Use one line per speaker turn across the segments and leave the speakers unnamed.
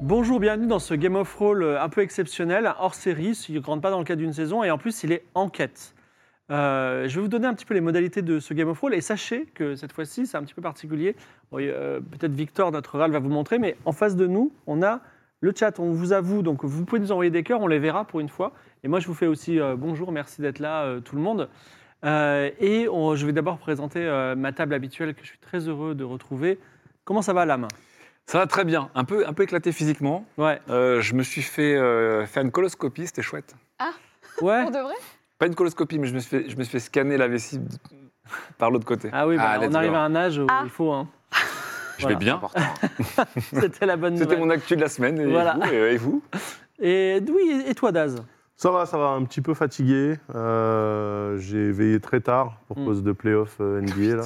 Bonjour, bienvenue dans ce Game of Roll un peu exceptionnel, hors série, il ne rentre pas dans le cadre d'une saison et en plus il est enquête. Euh, je vais vous donner un petit peu les modalités de ce Game of Roll et sachez que cette fois-ci c'est un petit peu particulier. Bon, euh, Peut-être Victor, notre RAL, va vous montrer, mais en face de nous, on a le chat, on vous avoue, donc vous pouvez nous envoyer des cœurs, on les verra pour une fois. Et moi je vous fais aussi euh, bonjour, merci d'être là euh, tout le monde. Euh, et on- je vais d'abord présenter euh, ma table habituelle que je suis très heureux de retrouver. Comment ça va l'âme
Ça va très bien, un peu, un peu éclaté physiquement.
Ouais,
Euh, je me suis fait euh, faire une coloscopie, c'était chouette.
ouais.
Pour de vrai
Pas une coloscopie, mais je me suis fait, je me suis fait scanner la vessie d- par l'autre côté.
Ah oui, bah,
Ah, let's
on arrive
go.
à un âge où
Ah.
il faut. hein.
je
voilà.
vais bien.
C'était la bonne
C'était
nouvelle.
mon actu de la semaine. Et
Voilà.
vous, et- et vous
Et oui, et toi Daz
Ça va, ça va, un petit peu fatigué. Euh, J'ai veillé très tard pour
Mm.
cause de playoff euh, NBA là.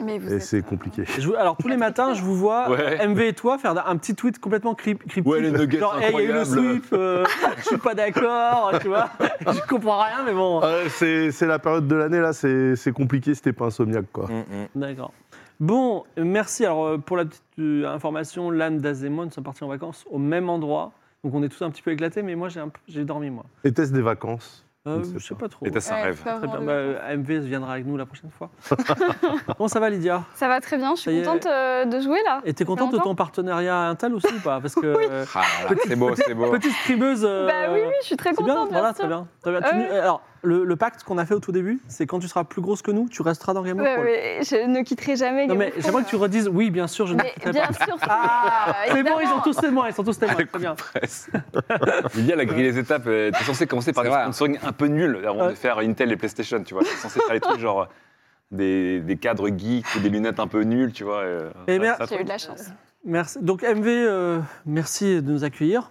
Mais vous
Et
êtes-
c'est compliqué.
Je vous- Alors tous les matins, je vous vois,
Ouais.
MV et toi, faire un petit tweet complètement cryp- cryptique.
Ouais, les nuggets
genre, hey, il y a eu le
incroyables.
sweep, euh, je suis pas d'accord, tu vois. Je comprends rien, mais bon.
Euh, c'est c'est la période de l'année là, c'est c'est compliqué c'était pas insomniaque
Hmm.
quoi.
Mm, Ah
D'accord. Bon, merci. Alors, euh, pour la petite euh, information, Lan, Daz et moi, nous sommes partis en vacances au même endroit. Donc, on est tous un petit peu éclatés, mais moi, j'ai un peu- j'ai dormi, moi.
Était-ce des vacances
Euh,
Je sais
je sais
pas.
pas trop.
Et t'as ça
Ouais,
rêve.
pas
Très bien.
vraiment
Bah,
de-
euh, MV viendra avec nous la prochaine fois. Comment ça va, Lydia
Ça va très bien, je
Ça
suis
y est.
contente euh, de jouer là.
Et t'es contente de
longtemps.
ton partenariat à Intel aussi ou pas Parce que. euh,
Ah, là, là, c'est beau, c'est beau.
Petite streameuse. euh,
Bah oui, oui, je suis très
C'est bien,
contente.
voilà,
bien
très
sûr.
bien. Très bien. Tu
Ouais.
nous- Alors, le, le pacte qu'on a fait au tout début, c'est quand tu seras plus grosse que nous, tu resteras dans Game of
Ouais,
Thrones.
mais je ne quitterai jamais.
Non,
Game
mais
of Thrones.
j'aimerais que tu redises oui, bien sûr, je ne
Mais
quitterai
bien
pas.
sûr.
Ah, c'est
euh,
bon, ils sont
évidemment.
tous témoins, ils sont tous témoins, très bien.
Presse. Il y a la grille des étapes. euh, T'es censé commencer par
C'est
des
vrai.
sponsoring un peu nuls avant
Ouais.
de faire Intel et PlayStation, tu vois. T'es censé faire des trucs genre euh, des, des cadres geeks ou des lunettes un peu nulles, tu vois. euh,
Et
ça-
merde.
ça-
J'ai eu de la chance.
Merci. Donc, MV, euh, merci de nous accueillir.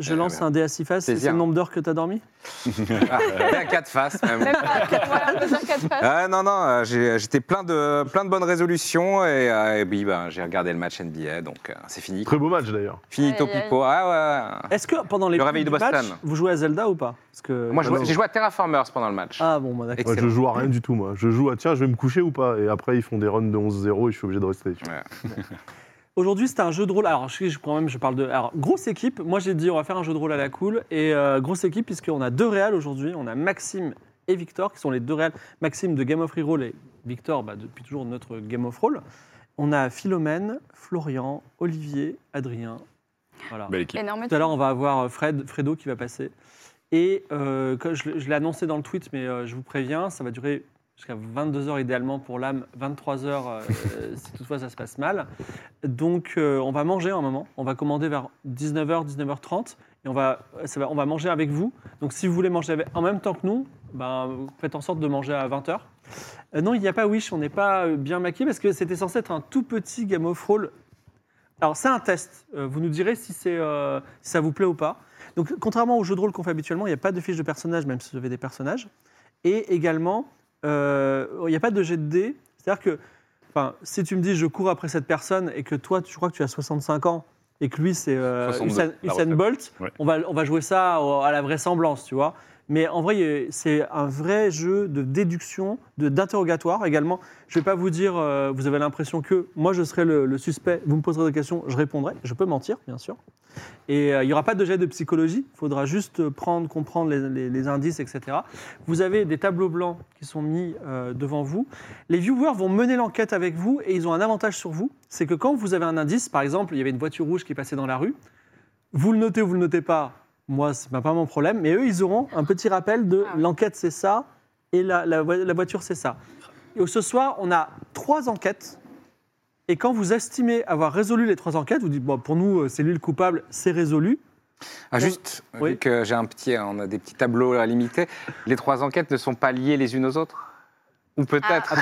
Je
Euh,
lance un dé à six faces, c'est
Plaisir.
le nombre d'heures que tu as dormi
Ah, à quatre faces. même.
Même pas, voilà, on peut faire quatre faces.
Ah, non, non, euh, j'ai- j'étais plein de, plein de bonnes résolutions et, euh, et puis ben, j'ai regardé le match NBA, donc euh, c'est fini.
Très beau match d'ailleurs.
Fini
Aïe, aïe, aïe.
Topipo. Ah ouais.
Est-ce que pendant les
Le
pauses
réveil
du
de Boston.
match, vous jouez à Zelda ou pas Parce que
Moi, je
Ah
vois-
non.
j'ai joué à Terraformers pendant le match.
Bah Ah bon, bah, d'accord.
Moi,
Excellent.
je joue à rien du tout moi. Je joue à tiens, je vais me coucher ou pas et après ils font des runs de 11-0 et je suis obligé de rester. tu vois.
Aujourd'hui, c'est un jeu de rôle. Alors, je, je- quand même, je parle de. Alors, grosse équipe. Moi, j'ai dit, on va faire un jeu de rôle à la cool. Et euh, grosse équipe, puisqu'on a deux réals aujourd'hui. On a Maxime et Victor, qui sont les deux réals. Maxime de Game of Reroll et Victor, bah, depuis toujours notre Game of Roll. On a Philomène, Florian, Olivier, Adrien. Voilà.
Belle équipe.
Énorme.
Tout à l'heure, on va avoir euh, Fred, Fredo qui va passer. Et euh, comme je, l'ai- je l'ai annoncé dans le tweet, mais euh, je vous préviens, ça va durer jusqu'à 22h idéalement pour l'âme, 23h si toutefois ça se passe mal. Donc euh, on va manger un moment, on va commander vers 19h, 19h30, et on va, ça va- on va manger avec vous. Donc si vous voulez manger avec- en même temps que nous, ben, faites en sorte de manger à 20h. Euh, non, il n'y a pas Wish, on n'est pas euh, bien maquillé parce que c'était censé être un tout petit Game of Roll. Alors, c'est un test. Euh, Vous nous direz si, c'est, euh, si ça vous plaît ou pas. Donc, contrairement au jeu de rôle qu'on fait habituellement, il n'y a pas de fiche de personnage, même si vous avez des personnages. Et également, euh, il n'y a pas de jet de dés. C'est-à-dire que enfin, si tu me dis je cours après cette personne et que toi, tu crois que tu as 65 ans et que lui, c'est euh,
62,
Usain,
la
Usain
retraite.
Bolt,
Ouais.
on, va, on va jouer ça au- à la vraisemblance, tu vois. Mais en vrai, il y a- c'est un vrai jeu de déduction, de- d'interrogatoire également. Je ne vais pas vous dire, euh, vous avez l'impression que moi je serai le, le suspect, vous me poserez des questions, je répondrai. Je peux mentir, bien sûr. Et euh, il n'y aura pas de jet de psychologie, il faudra juste prendre, comprendre les, les- les indices, etc. Vous avez des tableaux blancs qui sont mis euh, devant vous. Les viewers vont mener l'enquête avec vous et ils ont un avantage sur vous. C'est que quand vous avez un indice, par exemple, il y avait une voiture rouge qui passait dans la rue, vous le notez ou vous le notez pas, moi, ce n'est pas mon problème, mais eux, ils auront un petit rappel de
Ah ouais.
l'enquête, c'est ça, et la, la vo- la voiture, c'est ça. Et ce soir, on a trois enquêtes. Et quand vous estimez avoir résolu les trois enquêtes, vous dites, bon, pour nous, euh, c'est lui le coupable, c'est résolu.
Ah, juste,
Oui.
vu que j'ai un petit, on a des petits tableaux à limiter, les trois enquêtes ne sont pas liées les unes aux autres Ou peut-être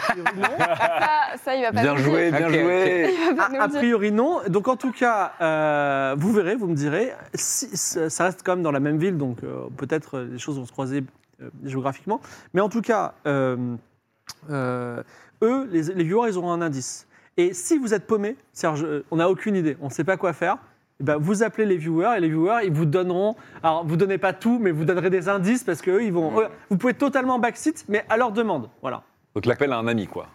Ça, ça, il va pas
Bien
nous le
joué,
dire.
bien
Ok,
joué.
Il va pas nous
A
le dire.
priori non. Donc en tout cas, euh, vous verrez, vous me direz. Si- ça reste quand même dans la même ville, donc euh, peut-être euh, les choses vont se croiser euh, géographiquement. Mais en tout cas, euh, euh, eux, les, les viewers, ils auront un indice. Et si vous êtes paumé, c'est-à-dire, je- euh, on n'a aucune idée, on ne sait pas quoi faire. eh ben, vous appelez les viewers et les viewers ils vous donneront. Alors vous donnez pas tout, mais vous donnerez des indices parce que eux, ils vont.
Ouais.
eux, vous pouvez totalement backseat, mais à leur demande. Voilà.
Donc l'appel à un ami, quoi.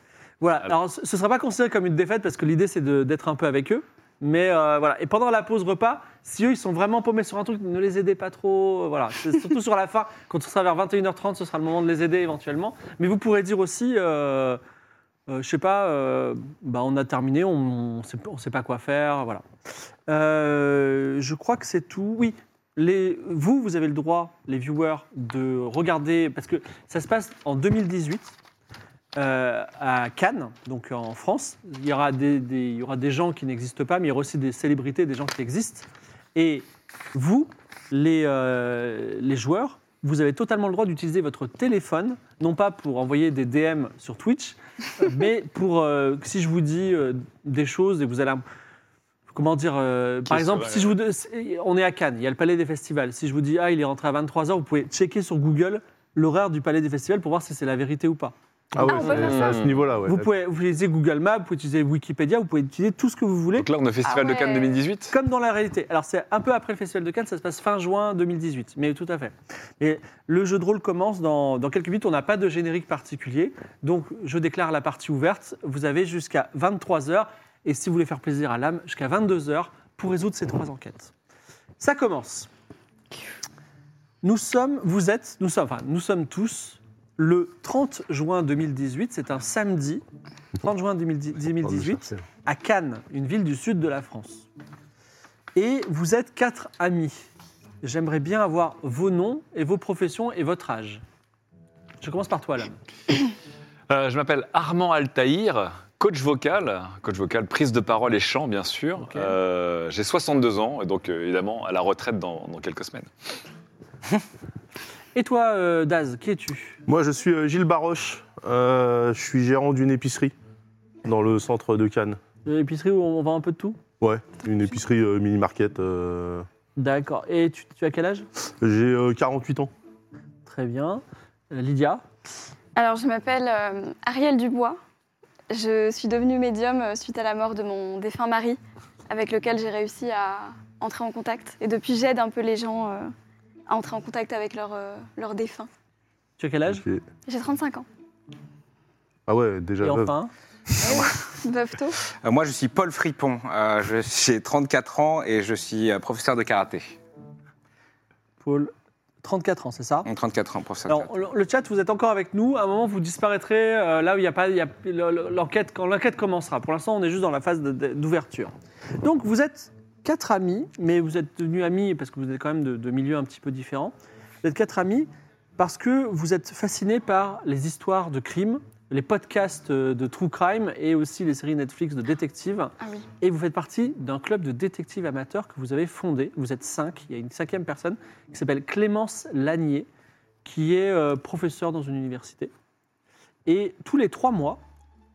Voilà,
Alors-
alors ce ne sera pas considéré comme une défaite parce que l'idée c'est de- d'être un peu avec eux. Mais euh, voilà, et pendant la pause repas, si eux ils sont vraiment paumés sur un truc, ne les aidez pas trop. euh, Voilà, C'est surtout sur la fin, quand on sera vers 21h30, ce sera le moment de les aider éventuellement. Mais vous pourrez dire aussi, euh, euh, je sais pas, euh, bah, on a terminé, on ne sait, on sait pas quoi faire, voilà. Euh, je crois que c'est tout. Oui, les, vous, vous avez le droit, les viewers, de regarder, parce que ça se passe en 2018 euh, à Cannes, donc en France. Il y aura des, des- il y aura des gens qui n'existent pas, mais il y aura aussi des célébrités, des gens qui existent. Et vous, les, euh, les joueurs, vous avez totalement le droit d'utiliser votre téléphone, non pas pour envoyer des DM sur Twitch, euh, mais pour, euh, si je vous dis euh, des choses et que vous allez... un- Comment dire euh, Par
Qu'est-ce
exemple,
que-
si je vous, de- c'est- on est à Cannes, il y a le Palais des Festivals. Si je vous dis, ah, il est rentré à 23h, vous pouvez checker sur Google l'horaire du Palais des Festivals pour voir si c'est la vérité ou pas.
Ah ouais,
on peut
c'est-
faire
c'est
ça.
à ce niveau-là, ouais.
Vous pouvez, vous pouvez utiliser Google Maps, vous pouvez utiliser Wikipédia, vous pouvez utiliser tout ce que vous voulez,
Donc là, on a Festival
Ah
de Cannes
ouais.
2018.
comme dans la réalité. Alors c'est un peu après le Festival de Cannes, ça se passe fin juin 2018, mais tout à fait. Et le jeu de rôle commence dans, dans quelques minutes, on n'a pas de générique particulier, donc je déclare la partie ouverte. Vous avez jusqu'à 23h, et si vous voulez faire plaisir à l'âme, jusqu'à 22h pour résoudre ces trois enquêtes. Ça commence. Nous sommes, vous êtes, nous sommes, enfin, nous sommes tous le 30 juin 2018, c'est un samedi, 30 juin 2010
Oh,
2018, à Cannes, une ville du sud de la France. Et vous êtes quatre amis. J'aimerais bien avoir vos noms et vos professions et votre âge. Je commence par toi, Alain.
Euh, je m'appelle Armand Altaïr, coach vocal, coach vocal, prise de parole et chant, bien sûr.
Ok.
Euh, J'ai 62 ans, et donc euh, évidemment à la retraite dans, dans quelques semaines.
Et toi, euh, Daz, qui es-tu
Moi, je suis euh, Gilles Baroche. Euh, je suis gérant d'une épicerie dans le centre de Cannes.
L'épicerie Euh, où on vend un peu de tout
Ouais, une épicerie euh, mini-market. euh,
D'accord. Et tu, tu as quel âge
J'ai euh, 48 ans.
Très bien. Euh, Lydia
Alors, je m'appelle euh, Ariel Dubois. Je suis devenue médium euh, suite à la mort de mon défunt mari, avec lequel j'ai réussi à entrer en contact. Et depuis, j'aide un peu les gens euh, à entrer en contact avec leurs euh, leurs défunts.
Tu as quel âge
Ok.
J'ai 35 ans.
Ah ouais, déjà
Et
veuve.
enfin,
Veuve tôt.
Euh, Moi, je suis Paul Fripon, euh, je- j'ai 34 ans et je suis euh, professeur de karaté.
Paul, 34 ans, c'est ça
Donc 34 ans, professeur de
Alors, le le chat, vous êtes encore avec nous. À un moment, vous disparaîtrez euh, là où il n'y a pas il y a- le- le- l'enquête quand l'enquête commencera. Pour l'instant, on est juste dans la phase de- de- d'ouverture. Donc, vous êtes quatre amis, mais vous êtes devenus amis parce que vous êtes quand même de, de milieux un petit peu différents. Vous êtes quatre amis parce que vous êtes fascinés par les histoires de crimes, les podcasts euh, de true crime et aussi les séries Netflix de détectives.
Ah oui.
Et vous faites partie d'un club de détectives amateurs que vous avez fondé. Vous êtes cinq. Il y a une cinquième personne qui s'appelle Clémence Lanier, qui est euh, professeur dans une université. Et tous les trois mois,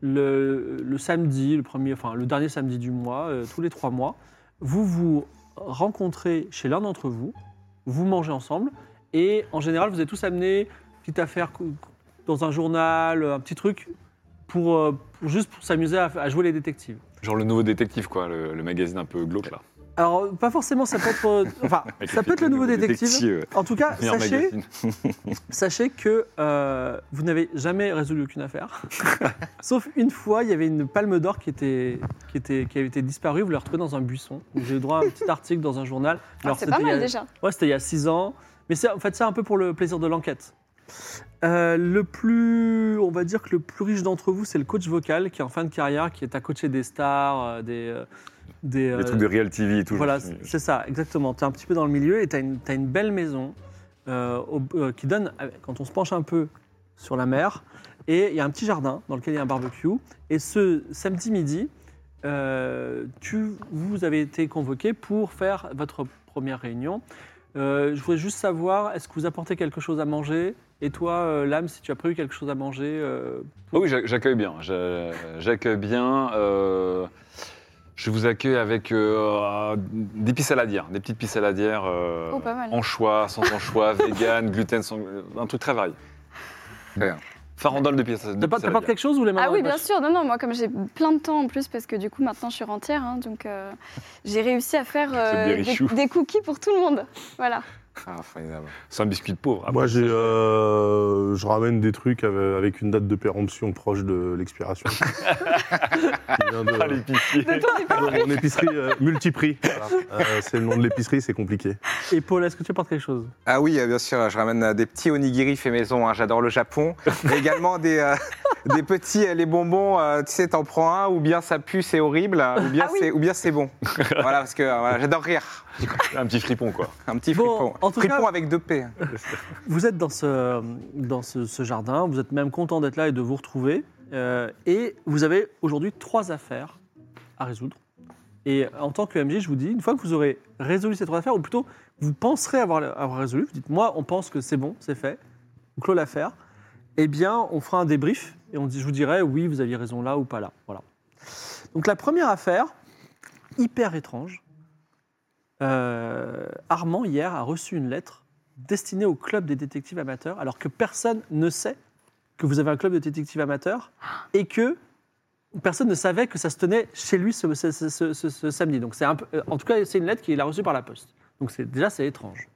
le, le samedi, le premier, enfin le dernier samedi du mois, euh, tous les trois mois, vous vous rencontrez chez l'un d'entre vous, vous mangez ensemble, et en général, vous êtes tous amenés une petite affaire cou- dans un journal, un petit truc, pour, euh, pour- juste pour s'amuser à- à jouer les détectives.
Genre le nouveau détective, quoi, le, le magazine un peu glauque, là.
Alors, pas forcément, ça peut être, euh, enfin,
Avec
ça
les
peut être le nouveau détective.
Détective.
En tout cas,
Meilleur
sachez,
magazine.
sachez que euh, vous n'avez jamais résolu aucune affaire. Sauf une fois, il y avait une palme d'or qui, était, qui, était, qui avait été disparue. Vous la retrouvez dans un buisson. Donc, J'ai eu droit à un petit article dans un journal. Alors,
Alors, Ah, c'est pas
c'était il y
mal
a-
déjà.
Ouais, c'était il y a 6 ans. Mais c'est, en fait, c'est un peu pour le plaisir de l'enquête. Euh, le plus, on va dire que le plus riche d'entre vous, c'est le coach vocal qui est en fin de carrière, qui est à coacher des stars, euh, des, euh, des, euh,
Les trucs de Real TV et tout.
voilà,
je me suis-
c'est ça, exactement. Tu es un petit peu dans le milieu et tu as, une belle maison euh, au- euh, qui donne, euh, quand on se penche un peu sur la mer, et il y a un petit jardin dans lequel il y a un barbecue. Et ce samedi midi, euh, tu, vous avez été convoqué pour faire votre première réunion. Euh, je voudrais juste savoir, est-ce que vous apportez quelque chose à manger Et toi, euh, Lame, si tu as prévu quelque chose à manger euh,
Oh oui, j'a- j'accueille bien. j'a- J'accueille bien. euh, je vous accueille avec euh, des pissaladières, des petites pissaladières euh,
Oh, pas mal.
anchois, sans anchois, vegan, gluten, sans... un truc très varié.
Très bien.
Farandole de pizza.
T'as pas- T'apportes quelque chose ou les mains
Ah
dans
oui,
les
bien
poches
sûr. Non, non, moi, comme j'ai plein de temps en plus, parce que du coup, maintenant, je suis rentière, hein, donc euh, j'ai réussi à faire euh,
des
des,
richoux.
des cookies pour tout le monde. Voilà.
Ah, formidable.
C'est un biscuit de pauvre.
Moi, j'ai, euh, je ramène des trucs ave- avec une date de péremption proche de l'expiration. Qui vient de-
Ah, l'épicier.
De ton époque.
de mon épicerie euh, multiprix. Voilà. Euh, c'est le nom de l'épicerie, c'est compliqué.
Et Paul, est-ce que tu apportes quelque chose
Ah oui, euh, bien sûr, je ramène euh, des petits onigiri fait maison, hein, j'adore le Japon. Mais également des, euh, des petits, euh, les bonbons, euh, tu sais, t'en prends un, ou bien ça pue, c'est horrible, euh, ou bien
Ah oui.
c'est ou bien c'est bon. voilà, parce que euh, voilà, j'adore rire.
Un petit fripon, quoi.
Un petit
Bon,
fripon.
en tout
fripon
cas-
avec deux P.
Vous êtes dans ce, dans ce, ce jardin, vous êtes même content d'être là et de vous retrouver. euh, et vous avez aujourd'hui trois affaires à résoudre. Et en tant que MJ, je vous dis, une fois que vous aurez résolu ces trois affaires, ou plutôt vous penserez avoir, avoir résolu, vous dites, moi, on pense que c'est bon, c'est fait, on clôt l'affaire, eh bien, on fera un débrief et on dit, je vous dirai, oui, vous aviez raison là ou pas là. Voilà. Donc la première affaire, hyper étrange, euh, Armand, hier, a reçu une lettre destinée au club des détectives amateurs, alors que personne ne sait que vous avez un club de détectives amateurs et que personne ne savait que ça se tenait chez lui ce, ce- ce- ce- ce- ce samedi. Donc c'est un peu, euh, en tout cas, c'est une lettre qu'il a reçue par la poste. Donc c'est déjà c'est étrange.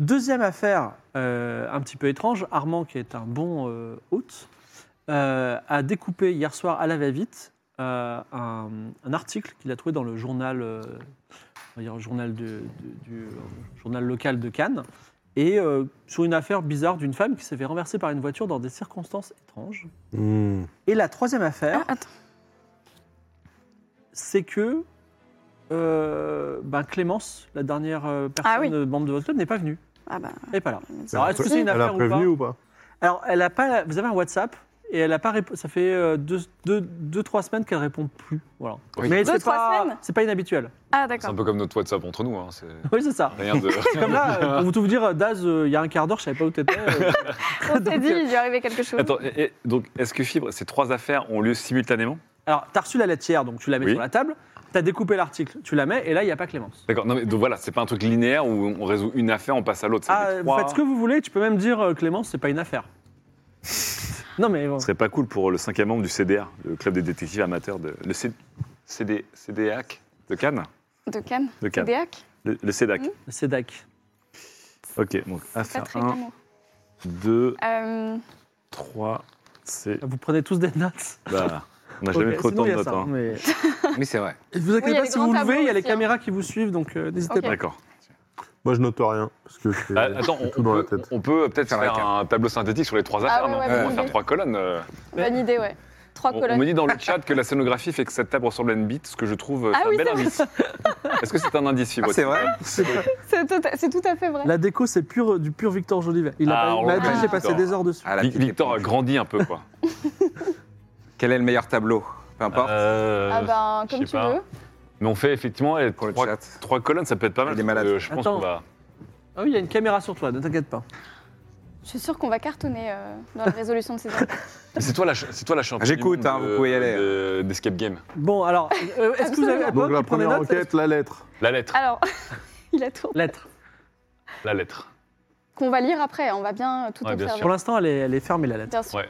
Deuxième affaire, euh, un petit peu étrange, Armand, qui est un bon euh, hôte, euh, a découpé hier soir à la va-vite euh, un, un article qu'il a trouvé dans le journal, euh, on va dire journal, de- de- du, euh, journal local de Cannes, et euh, sur une affaire bizarre d'une femme qui s'est fait renverser par une voiture dans des circonstances étranges. Et la troisième affaire,
Ah, attends.
c'est que euh, ben Clémence, la dernière euh, personne
Ah oui.
euh, membre de votre club, n'est pas venue.
Ah bah.
Elle n'est pas là.
mais
Alors,
ça-
est-ce que c'est une
Elle a
affaire ou pas
prévenu ou pas
Alors, elle a pas. Vous avez un WhatsApp et elle a pas. répo- Ça fait euh, deux, deux, deux, trois semaines qu'elle répond plus. Voilà.
Oui.
Mais
Deux,
c'est
trois
pas,
semaines
c'est pas inhabituel.
Ah
C'est un
d'accord.
peu comme notre WhatsApp entre nous. Hein. C'est
Oui, c'est ça.
rien de.
C'est comme là, euh, pour vous tout vous dire, Daz, euh, il y a un quart d'heure, je savais pas où t'étais. euh,
On
donc,
s'est dit,
euh,
il lui arrivait quelque chose.
Attends, et- et donc, est-ce que Fibre, ces trois affaires ont lieu simultanément
Alors, t'as reçu la lettre donc tu la mets
Oui.
sur la table. T'as découpé l'article, tu la mets, et là, il n'y a pas Clémence.
D'accord, non mais donc voilà, c'est pas un truc linéaire où on résout une affaire, on passe à l'autre. c'est
Ah,
les
vous
trois.
faites ce que vous voulez, tu peux même dire euh, Clémence, c'est pas une affaire. non, mais bon.
Ce serait pas cool pour le cinquième membre du CDR, le club des détectives amateurs de le C- CD, CDAC de Cannes,
De Cannes.
de Cannes,
Déac.
le, le CDAC.
C'est DAC.
Ok, donc ah,
Pas
affaire
très
hein.
1,
clairement.
2,
Euh,
3, c'est
Vous prenez tous des notes.
bah, on n'a jamais
Ok,
pris
sinon,
autant
il y
de
a
notes.
ça,
hein.
mais-
Oui, c'est vrai.
Et vous
Oui, il y
inquiétez
a
pas,
les
si vous
grands
levez, il y a les
tableaux aussi, hein.
caméras qui vous suivent, donc euh, n'hésitez
Ok.
pas.
D'accord.
Moi, je note rien. Parce que c'est
Ah, attends, on,
tout
on
dans la
peut,
tête.
on peut peut-être
Faire
faire,
la carte.
un tableau synthétique sur les trois
Ah
affaires.
ouais,
non
ouais,
on va
bonne
faire
idée.
trois colonnes. euh.
bonne idée, ouais. Trois
On, on me
colonnes.
dit dans le chat que la scénographie fait que cette table ressemble à une bite, ce que je trouve euh,
Ah
c'est un
oui,
bel
c'est vrai.
indice. Est-ce que c'est un indice,
Ah,
Fibre
c'est vrai
C'est tout, à- c'est tout à fait vrai.
La déco, c'est pur, euh, du pur Victor Jolivet. Il
Ah,
a
on
il m'a
reconnaît
dit, j'ai passé
Victor.
des heures dessus.
Ah, la
Vi-
petite
Victor a
éponge.
grandi un peu, quoi.
Quel est le meilleur tableau Peu importe.
Euh,
ah ben,
je
comme
sais
tu
pas.
veux.
Mais on fait effectivement les
Pour le
trois,
chat.
trois colonnes, ça peut être pas mal.
Il est
parce que,
malade.
Je pense
Attends.
qu'on va.
Ah oui, il y a une caméra sur toi, ne t'inquiète pas.
Je suis sûre qu'on va cartonner euh, dans la résolution de ces affaires.
Mais C'est toi la, ch- c'est toi la championne. du
J'écoute,
monde
hein,
de-
vous pouvez y aller.
de- D'escape game.
Bon, alors, euh,
Ah,
est-ce que vous avez
Donc, la
qui prend des
première
notes
enquête, la lettre.
La lettre.
Alors, il a tout.
Lettre.
La lettre.
Qu'on va lire après, on va bien euh, tout
Ouais, bien
observer.
Pour l'instant, elle est, elle est fermée, la lettre.
Bien sûr.
Ouais.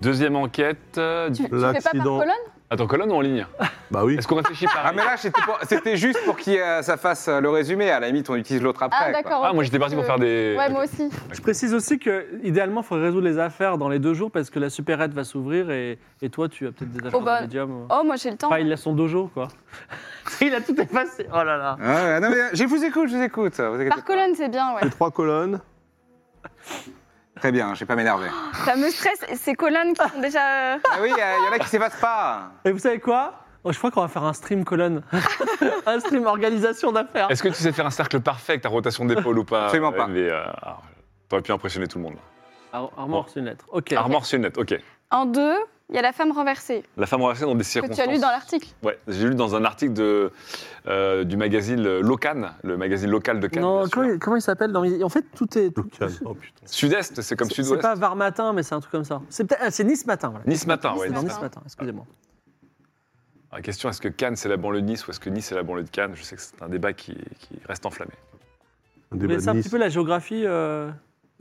Deuxième enquête. euh,
Tu, tu fais pas par
L'accident.
colonne
Attends, colonne ou en ligne
Bah oui.
Est-ce qu'on réfléchit par.
Ah, mais là, c'était pour- c'était juste pour qu'il euh, ça fasse euh, le résumé. À la limite, on utilise l'autre après.
Ah,
quoi.
d'accord.
Ah,
ok,
moi j'étais
parce
parti pour faire
que-
des.
Ouais, moi aussi.
Je précise aussi que, idéalement, il faudrait résoudre les affaires dans les deux jours parce que la supérette va s'ouvrir et, et toi, tu as peut-être des affaires
bah.
de médium.
Oh, moi j'ai le temps.
Enfin, il a son dojo, quoi. il a tout effacé. Oh là là.
Ah, ouais, non, mais je vous écoute, je vous écoute. vous inquiétez pas.
Par colonne, c'est bien, ouais.
Les trois colonnes.
Très bien, je vais pas m'énerver.
Ça me stresse, ces colonnes qui sont déjà. euh,
Ah oui, il y, en a qui s'effacent pas.
Et vous savez quoi Oh, Je crois qu'on va faire un stream colonne. un stream organisation d'affaires.
Est-ce que tu sais faire un cercle parfait avec ta rotation d'épaule ou pas
Absolument pas.
euh, mais, euh, alors, T'aurais pu impressionner tout le monde.
Ar- Armand, c'est une lettre. Ok.
Armor sur une lettre, ok.
En deux, Il y a la femme renversée,
La femme renversée dans des
que
circonstances.
tu as lu dans l'article.
Ouais, j'ai lu dans un article de, euh, du magazine Locan, le magazine local de Cannes.
Non,
bien sûr.
comment, il- comment il s'appelle dans- En fait, tout est. tout-
Local. Oh putain.
Sud-Est, c'est comme
c'est- C'est
Sud-Ouest.
pas Var matin, mais c'est un truc comme ça. C'est peut-être- ah, c'est Nice matin. Voilà.
Nice matin,
Nice
ouais.
Non,
Nice
Nice
matin.
matin, excusez-moi.
La question est-ce que Cannes c'est la banlieue de Nice ou est-ce que Nice c'est la banlieue de Cannes Je sais que c'est un débat qui, qui reste enflammé.
Un
Vous
débat
connaissez
de
un
ben, Nice.
petit peu la géographie euh,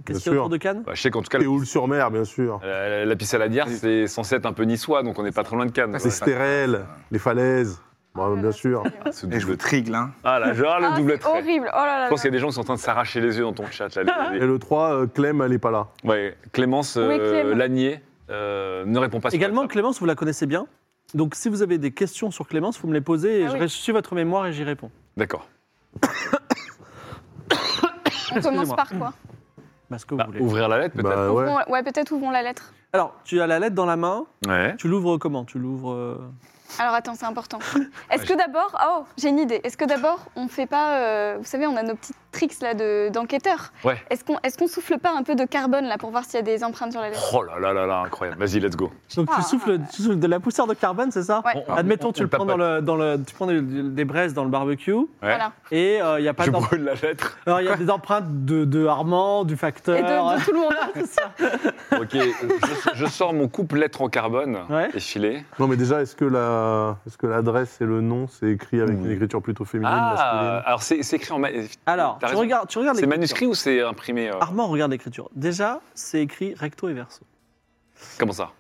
Qu'est-ce
Bien
qu'il y a autour
sûr.
de Cannes
Bah, je sais qu'en tout cas,
Et Houle-sur-Mer, bien sûr.
la, la, la Pissaladière, c'est censé être un peu niçois, donc on n'est pas très loin de Cannes.
Les stérelles,
euh.
les falaises.
Ah
Bon, bien sûr.
Ce
Et je vous
double-
trigle, hein.
Ah là, genre
Ah,
Ah, le double
c'est
trait.
horrible. Oh là là.
Je pense qu'il y a des gens qui sont en train de s'arracher les yeux dans ton chat. Là, les-
Et
les-
le 3, euh, Clem, elle est pas là.
Ouais, Clémence
Oui,
euh,
Clem.
Lanier euh, ne répond pas sur
Également,
WhatsApp.
Clémence, vous la connaissez bien. Donc, si vous avez des questions sur Clémence, vous me les posez et
Ah
je
oui.
suis votre mémoire et j'y réponds.
D'accord.
On commence
Excusez-moi.
par quoi
Bah, ce que
Bah,
vous voulez.
ouvrir la lettre peut-être
Bah ouais.
Ouvrons- Ouais, peut-être ouvrons la lettre.
Alors, tu as la lettre dans la main.
Bah, Ouais.
Tu l'ouvres comment Tu l'ouvres. euh,
Alors attends, c'est important. Est-ce que d'abord, oh, j'ai une idée. Est-ce que d'abord, on fait pas, euh, vous savez, on a nos petits tricks là de d'enquêteurs.
Ouais.
Est-ce qu'on, est-ce qu'on souffle pas un peu de carbone là pour voir s'il y a des empreintes sur la lettre
Oh là là là là, incroyable. Vas-y, let's go.
Donc,
Ah.
tu souffles, tu souffles de la poussière de carbone, c'est ça
Ouais.
On- on-
Admettons,
Ah, on-
tu
on
le prends dans
tape-
le, dans le, tu prends des, des braises dans le barbecue
Ouais.
Voilà.
et euh, il n'y a pas
Je
d'empreintes.
brûle la lettre.
Alors, il y a des empreintes de, de Armand, du facteur.
Et de, de tout le monde.
C'est ça.
Ok, je, je sors mon coupe lettre en carbone
Ouais.
effilé.
Non, mais déjà, est-ce que la, est-ce que l'adresse et le nom, c'est écrit avec
Mmh.
une écriture plutôt féminine,
Ah,
masculine
alors c'est c'est écrit en. ma-
Alors,
T'as
tu
raison.
regardes, tu regardes
C'est
l'écriture.
manuscrit ou c'est imprimé euh,
Armand regarde l'écriture. Déjà, c'est écrit recto et verso.
Comment ça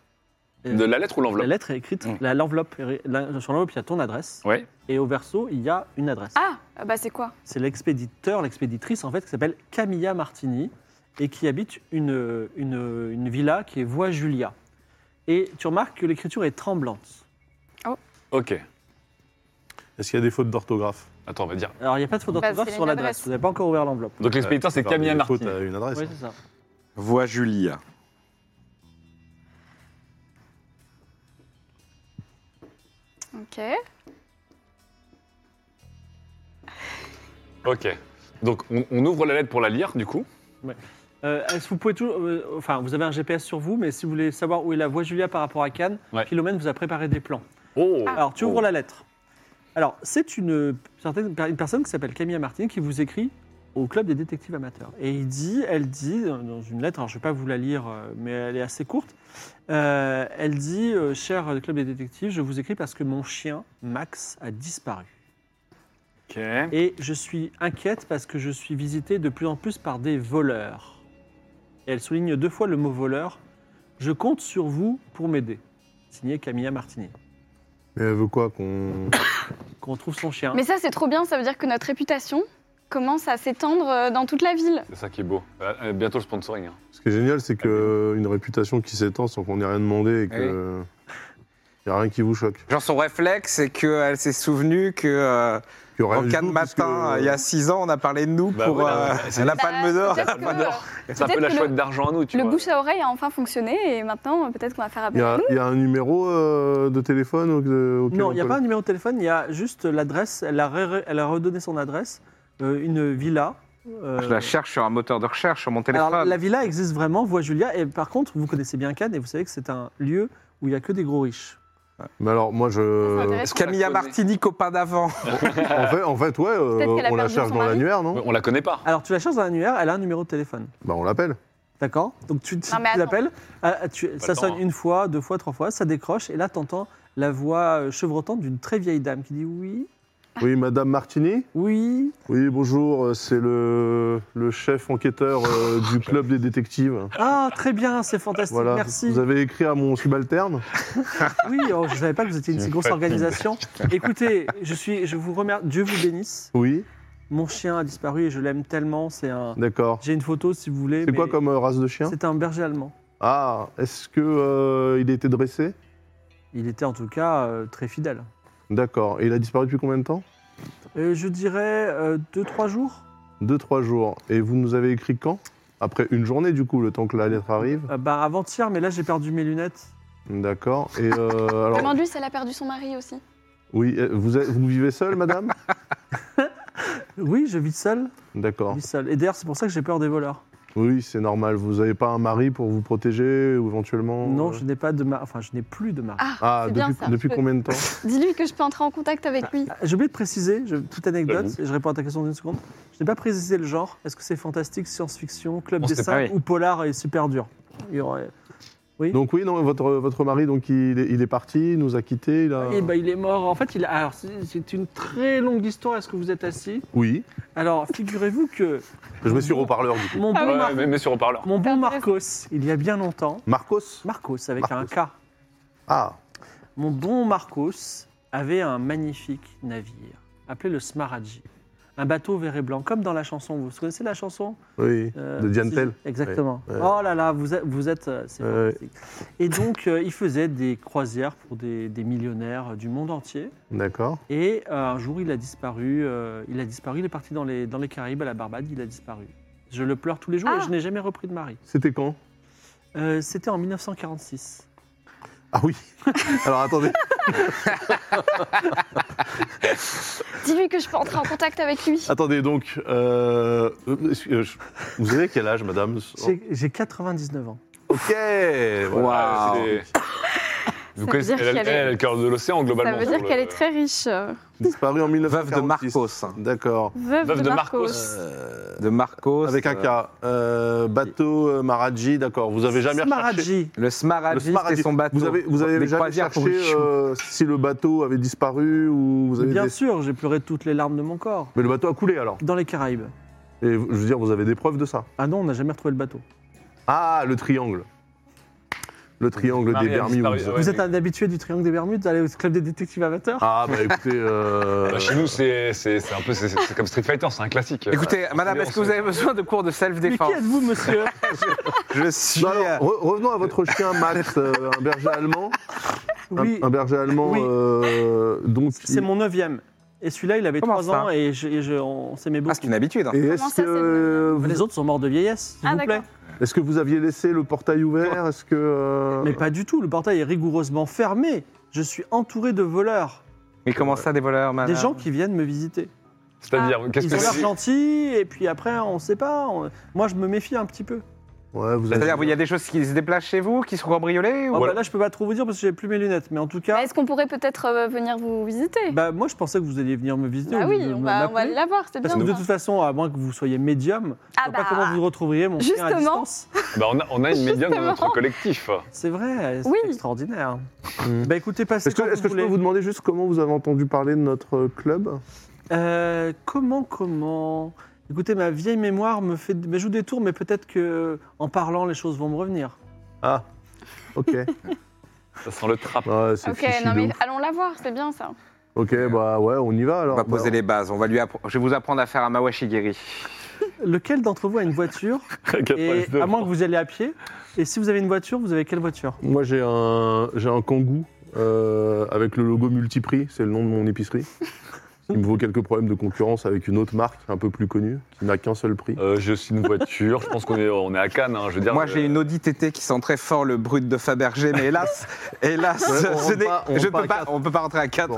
Euh,
De la lettre ou
La
l'enveloppe
lettre est écrite,
Mm.
la- l'enveloppe, est- la- sur l'enveloppe, il y a ton adresse.
Ouais.
Et au verso, il y a une adresse.
Ah, euh, bah c'est quoi
C'est l'expéditeur, l'expéditrice, en fait, qui s'appelle Camilla Martini et qui habite une, une, une villa qui est Voie Julia. Et tu remarques que l'écriture est tremblante.
Ok.
Est-ce qu'il y a des fautes d'orthographe
Attends, on va dire.
Alors, il n'y a pas de faute
Bah,
d'orthographe
c'est
sur
une
l'adresse.
adresse.
Vous n'avez pas encore ouvert l'enveloppe.
Donc l'expéditeur, c'est
Faut faire
Camilla
des
Martini.
fautes euh. à une adresse.
Oui, c'est ça.
Voix Julia.
Ok.
Ok. Donc on, on ouvre la lettre pour la lire, du coup.
Euh, est-ce que vous pouvez toujours. euh, enfin, vous avez un GPS sur vous, mais si vous voulez savoir où est la voie Julia par rapport à Cannes,
Ouais.
Philomène vous a préparé des plans.
Oh
Alors, tu
Oh.
ouvres la lettre. Alors, c'est une, certaine- une personne qui s'appelle Camilla Martin qui vous écrit au club des détectives amateurs. Et il dit, elle dit, dans une lettre, alors je ne vais pas vous la lire, euh, mais elle est assez courte, euh, elle dit euh, Cher club des détectives, je vous écris parce que mon chien, Max, a disparu.
Ok.
Et je suis inquiète parce que je suis visitée de plus en plus par des voleurs. Et elle souligne deux fois le mot voleur. Je compte sur vous pour m'aider. Signé Camilla Martini.
Mais elle veut quoi qu'on.
Qu'on trouve son chien.
Mais ça c'est trop bien. Ça veut dire que notre réputation commence à s'étendre euh, dans toute la ville.
C'est ça qui est beau. Euh, euh, bientôt le sponsoring. hein.
Ce qui est génial, c'est que une réputation qui s'étend sans qu'on ait rien demandé et
Ah oui.
que. Il n'y a rien qui vous choque.
Genre son réflexe, c'est qu'elle s'est souvenue que euh,
Il y aura
en
un
4
jour,
matin,
puisque-
il y a 6 ans, on a parlé de nous
Bah
pour
oui,
euh,
ouais, c'est-
la palme
Bah,
d'or.
peut-être que, euh,
C'est un
Peut-être
peu la
que le-
chouette d'argent à nous, tu
Le
vois.
bouche à oreille a enfin fonctionné et maintenant euh, peut-être qu'on va faire
Il y,
appel.
a, il y a un numéro euh, de téléphone au- de- auquel
Non,
on
il n'y a
peut-
pas un numéro de téléphone, il y a juste l'adresse. Elle, a re- elle a redonné son adresse, euh, une villa. euh,
Je la cherche sur un moteur de recherche, sur mon téléphone.
alors, la villa existe vraiment, voie Julia. Et par contre, vous connaissez bien Cannes et vous savez que c'est un lieu où il n'y a que des gros riches.
Mais alors, moi,
Ça,
je.
Ah,
c'est intéressant.
Est-ce Camilla
On la connaît.
Martini, copain d'avant
En fait, en fait ouais, euh,
Peut-être qu'elle a
on la
perdu
cherche
son
dans
mari.
l'annuaire, non
Ouais, On la connaît pas.
Alors, tu la cherches dans l'annuaire, elle a un numéro de téléphone.
Bah, on l'appelle.
D'accord Donc, tu, tu-
Non, mais
tu
attends.
l'appelles, ah, tu- ça
temps,
sonne
hein.
une fois, deux fois, trois fois, ça décroche. Et là, tu entends la voix euh, chevrotante d'une très vieille dame qui dit Oui,
Ah.
Oui, Madame Martini
oui.
Oui, bonjour, euh, c'est le, le chef enquêteur euh, du club des détectives.
Ah, très bien, c'est fantastique,
Voilà.
merci.
Vous avez écrit à mon subalterne
Oui, oh, je ne savais pas que vous étiez une si grosse organisation. Écoutez, je, suis, je vous remercie. Dieu vous bénisse.
Oui,
Mon chien a disparu et je l'aime tellement. C'est un.
d'accord.
J'ai une photo si vous voulez.
C'est quoi
mais
comme euh, race de chien
C'est un berger allemand.
Ah, est-ce que euh, il était dressé
Il était en tout cas euh, très fidèle.
D'accord. Et il a disparu depuis combien de temps
Euh, je dirais 2-3 jours.
Deux, trois jours. Et vous nous avez écrit quand Après une journée, du coup, le temps que la lettre arrive.
Euh, bah, avant-hier, mais là j'ai perdu mes lunettes.
D'accord. Et euh, alors,
Demande-lui si elle a perdu son mari aussi.
oui, euh, vous, êtes- vous vivez seul, madame
Oui, je vis seul. Je
D'accord.
vis seul. Et d'ailleurs, c'est pour ça que j'ai peur des voleurs.
Oui, c'est normal. Vous n'avez pas un mari pour vous protéger ou éventuellement
Non,
euh,
je n'ai pas de mari. Enfin, je n'ai plus de mari.
Ah,
Ah,
c'est
depuis,
bien ça.
depuis
Je-
combien de temps
Dis-lui que je peux entrer en contact avec lui.
Ah, J'ai oublié de préciser, je- petite anecdote,
Vas-y.
et je réponds à ta question dans une seconde. Je n'ai pas précisé le genre. Est-ce que c'est fantastique, science-fiction, club
On sait
dessin
pas, oui.
ou polar et super dur Il y aurait-
Donc oui, non, votre, votre mari, donc il est, il est parti, il nous a quittés. Il a...
Eh ben, il est mort. En fait, il a- alors, c'est- c'est une très longue histoire. Est-ce que vous êtes assis
Oui,
Alors, figurez-vous que
je mets sur haut-parleur du coup.
mon bon,
Ah oui.
Mar-
Ouais, mais, mais sur haut-parleur.
mon bon Marcos, il y a bien longtemps,
Marcos
Marcos avec un
Marcos.
K,
Ah,
Mon bon Marcos avait un magnifique navire, appelé le Smaradji. Un bateau vert et blanc, comme dans la chanson. Vous connaissez la chanson
oui,
Euh,
de Diane
si-
Tell.
Exactement.
Ouais, ouais.
Oh là là, vous êtes. Vous êtes euh, c'est
Ouais,
fantastique. Et donc, euh, il faisait des croisières pour des, des millionnaires euh, du monde entier.
D'accord.
Et euh, un jour, il a disparu. euh, il a disparu. Il est parti dans les, dans les Caraïbes, à la Barbade. Il a disparu. Je le pleure tous les jours et
Ah.
je n'ai jamais repris de mari.
C'était quand
Euh, C'était en 1946.
Ah oui. Alors attendez.
Dis-lui que je peux entrer en contact avec lui.
Attendez, donc, euh, euh, je- vous avez quel âge, madame
J'ai j'ai 99 ans.
Ok voilà,
Waouh.
c'est-
Vous
veut
connaissez,
dire
elle,
qu'elle
elle
est-
a le cœur de l'océan,
Ça
globalement.
veut
sur
dire
le-
qu'elle est très riche. euh,
Disparu en
Veuve
1946.
de Marcos. hein.
D'accord.
Veuve,
Veuve
de,
de
Marcos.
Marcos.
Euh,
De Marcos.
avec un
euh,
cas. Euh, bateau euh, Maradji, d'accord. Vous avez jamais recherché
Smaradji.
Le
le
Smaragdi,
Smaragdi.
c'était son bateau.
Vous avez, vous avez
Des
jamais
croisières pour
cherché
les choux.
euh, si le bateau avait disparu ou vous avez
Bien
des-
sûr, j'ai pleuré toutes les larmes de mon corps.
Mais le bateau a coulé alors.
Dans les Caraïbes.
Et je veux dire, vous avez des preuves de ça.
Ah non, on n'a jamais retrouvé le bateau.
Ah, le triangle. Le triangle
Marie
des
a
Bermudes.
disparu, ouais.
Vous êtes un habitué du Triangle des Bermudes, allez au club des détectives amateurs
Ah, bah écoutez. euh,
Bah, chez nous, c'est c'est- c'est un peu c'est- c'est comme Street Fighter, c'est un classique.
Écoutez,
Ah,
Euh,
madame, est-ce que vous avez besoin de cours de
Mais qui
self-défense
êtes-vous, monsieur
Je suis.
non, Bah, alors, re- revenons à votre chien Max, euh, un berger allemand. Un-
Oui,
Un, berger allemand.
Oui.
euh, donc,
c'est mon neuvième. Et celui-là, il avait
Comment
trois
ça
ans et, je- et je- on s'aimait
Ah,
beaucoup.
c'est une habitude. hein.
Et
Comment
est-ce
ça,
que,
les autres sont morts de vieillesse, s'il
Ah,
vous plaît.
d'accord.
est que vous aviez laissé le portail ouvert Est-ce que. euh,
Mais pas du tout, le portail est rigoureusement fermé. Je suis entouré de voleurs,
Mais comment ça, des voleurs,
Ah,
madame
des gens qui viennent me visiter.
C'est-à-dire, qu'est-ce
Ils
que
ont l'air
c'est
gentils et puis après, on sait pas. on- Moi, je me méfie un petit peu.
Ouais, vous avez.
C'est-à-dire, il y a des choses qui se déplacent chez vous, qui sont cambriolées
Ah,
ou...
bah là, je peux pas trop vous dire parce que j'ai plus mes lunettes. Mais en tout
Bah,
cas,
Est-ce qu'on pourrait peut-être euh, venir vous visiter
bah, moi, je pensais que vous alliez venir me visiter.
Bah
ou
oui,
me-
on va, on va
m'appeler.
l'avoir, c'est
Parce
bien.
que de
ça.
toute façon, à moins que vous soyez médium,
Ah
je vois
bah,
pas comment vous retrouveriez mon chien à
Justement.
distance.
Bah, on, a, on a une médium dans notre
Justement.
collectif.
C'est vrai, c'est
Oui.
extraordinaire.
Mm.
Bah écoutez, passez
Est-ce que,
quand
est-ce
vous
que je peux
voulez.
vous demander juste comment vous avez entendu parler de notre club
Euh, comment, comment Écoutez, ma vieille mémoire me, fait, me joue des tours, mais peut-être que en parlant, les choses vont me revenir.
Ah, ok.
Ça sent le trap.
Ouais, c'est
Ok,
fichu
non
de
mais
ouf.
allons la voir, c'est bien ça.
Ok, bah ouais, on y va
On
alors.
va poser les bases. On va lui appre- Je vais vous apprendre à faire un mawashigiri.
Lequel d'entre vous a une voiture et, À moins que vous y alliez à pied. Et si vous avez une voiture, vous avez quelle voiture
Moi, j'ai un, j'ai un kangou euh, avec le logo Multiprix, c'est le nom de mon épicerie. Il me vaut quelques problèmes de concurrence avec une autre marque un peu plus connue qui n'a qu'un seul prix.
Euh, je suis une voiture, je pense qu'on est, on est à Cannes. hein, je veux dire,
Moi,
euh,
j'ai une Audi TT qui sent très fort le brut de Fabergé, mais hélas, hélas,
Ouais, on
ce
rentre
n'est-
pas- on
je
rentre pas
peux
à
pas,
quatre.
on peut pas rentrer à 4.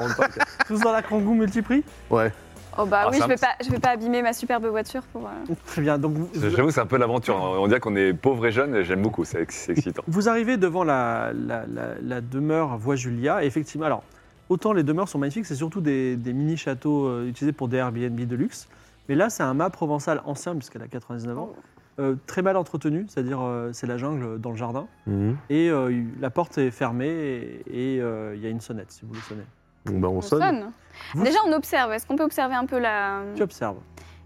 Tous dans la Kangoo multiprix
Ouais.
Oh bah
Ah,
oui,
ça-
je vais pas, je vais pas abîmer ma superbe voiture pour. euh,
Très bien. Donc vous,
J'avoue, c'est un peu l'aventure. hein. On dirait qu'on est pauvre et jeune, et j'aime beaucoup, c'est ex- c'est excitant.
Vous arrivez devant la, la- la- la demeure Voie Julia, et effectivement, alors, autant les demeures sont magnifiques, c'est surtout des, des mini-châteaux euh, utilisés pour des Airbnb de luxe, mais là, c'est un mât provençal ancien, puisqu'elle a 99 ans, euh, très mal entretenu, c'est-à-dire euh, c'est la jungle dans le jardin,
Mhm.
et euh, la porte est fermée, et et, euh, il y a une sonnette, si vous voulez sonner.
Bon, bah, on,
On
sonne.
sonne.
Vous-
Déjà, on observe. Est-ce qu'on peut observer un peu la.
Tu observes,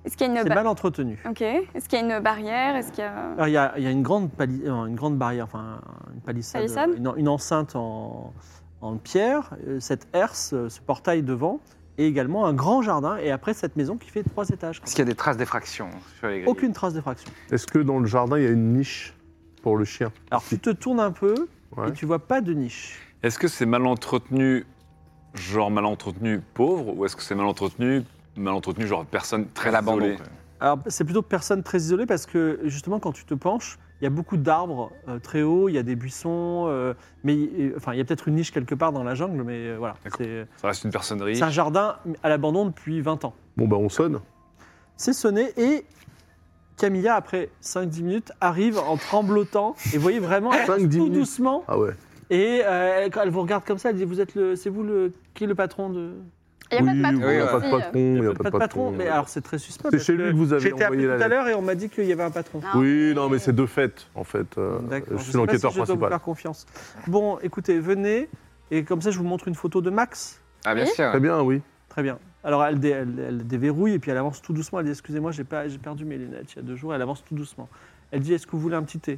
Est-ce qu'il y a une.
c'est
ba-
mal entretenu.
Ok. Est-ce qu'il y a une barrière Est-ce qu'il y a.
Alors, il y a, il y a une, grande pali- euh, une grande barrière, enfin une palissade,
Palissade
euh, une, une enceinte en, en pierre, euh, cette herse, euh, ce portail devant, et également un grand jardin, et après cette maison qui fait trois étages.
Est-ce qu'il y a des traces d'effraction sur les grilles
Aucune trace d'effraction.
Est-ce que dans le jardin, il y a une niche pour le chien
Alors tu te tournes un peu,
Ouais.
et tu vois pas de niche.
Est-ce que c'est mal entretenu, genre mal entretenu pauvre, ou est-ce que c'est mal entretenu, mal entretenu genre personne très
Très l'abandon.
isolée
Alors c'est plutôt personne très isolée, parce que justement quand tu te penches, il y a beaucoup d'arbres euh, très hauts, il y a des buissons, euh, mais euh, enfin il y a peut-être une niche quelque part dans la jungle, mais euh, voilà.
D'accord.
C'est
Ça reste une personne riche.
c'est un jardin à l'abandon depuis 20 ans.
Bon, bah, on sonne.
C'est sonné et Camilla, après 5-10 minutes, arrive en tremblotant. Et vous voyez vraiment, elle
5-10
passe tout
minutes.
doucement.
Ah ouais.
Et euh, elle- quand elle vous regarde comme ça, elle dit Vous êtes le. C'est vous le. Qui est le patron de.
Il n'y a pas de patron.
oui, il n'y a
ici,
pas de
euh.
patron. Il n'y a pas de patron. euh.
Mais alors, c'est très suspect.
C'est
parce
chez lui que vous avez
J'étais appelé
envoyé la
tout à
lettre.
l'heure et on m'a dit qu'il y avait un patron.
Non,
Oui,
mais-
non, mais c'est de fait, en fait. euh,
D'accord.
je
sais
suis
pas
l'enquêteur
si je dois vous
principal.
faire confiance. Bon, écoutez, venez. Et comme ça, je vous montre une photo de Max.
Ah, bien
Oui.
sûr.
Très bien, oui.
Très bien. Alors, elle, dé- elle- elle déverrouille et puis elle avance tout doucement. Elle dit Excusez-moi, j'ai pas- j'ai perdu mes lunettes il y a deux jours. Elle avance tout doucement. Elle dit Est-ce que vous voulez un petit thé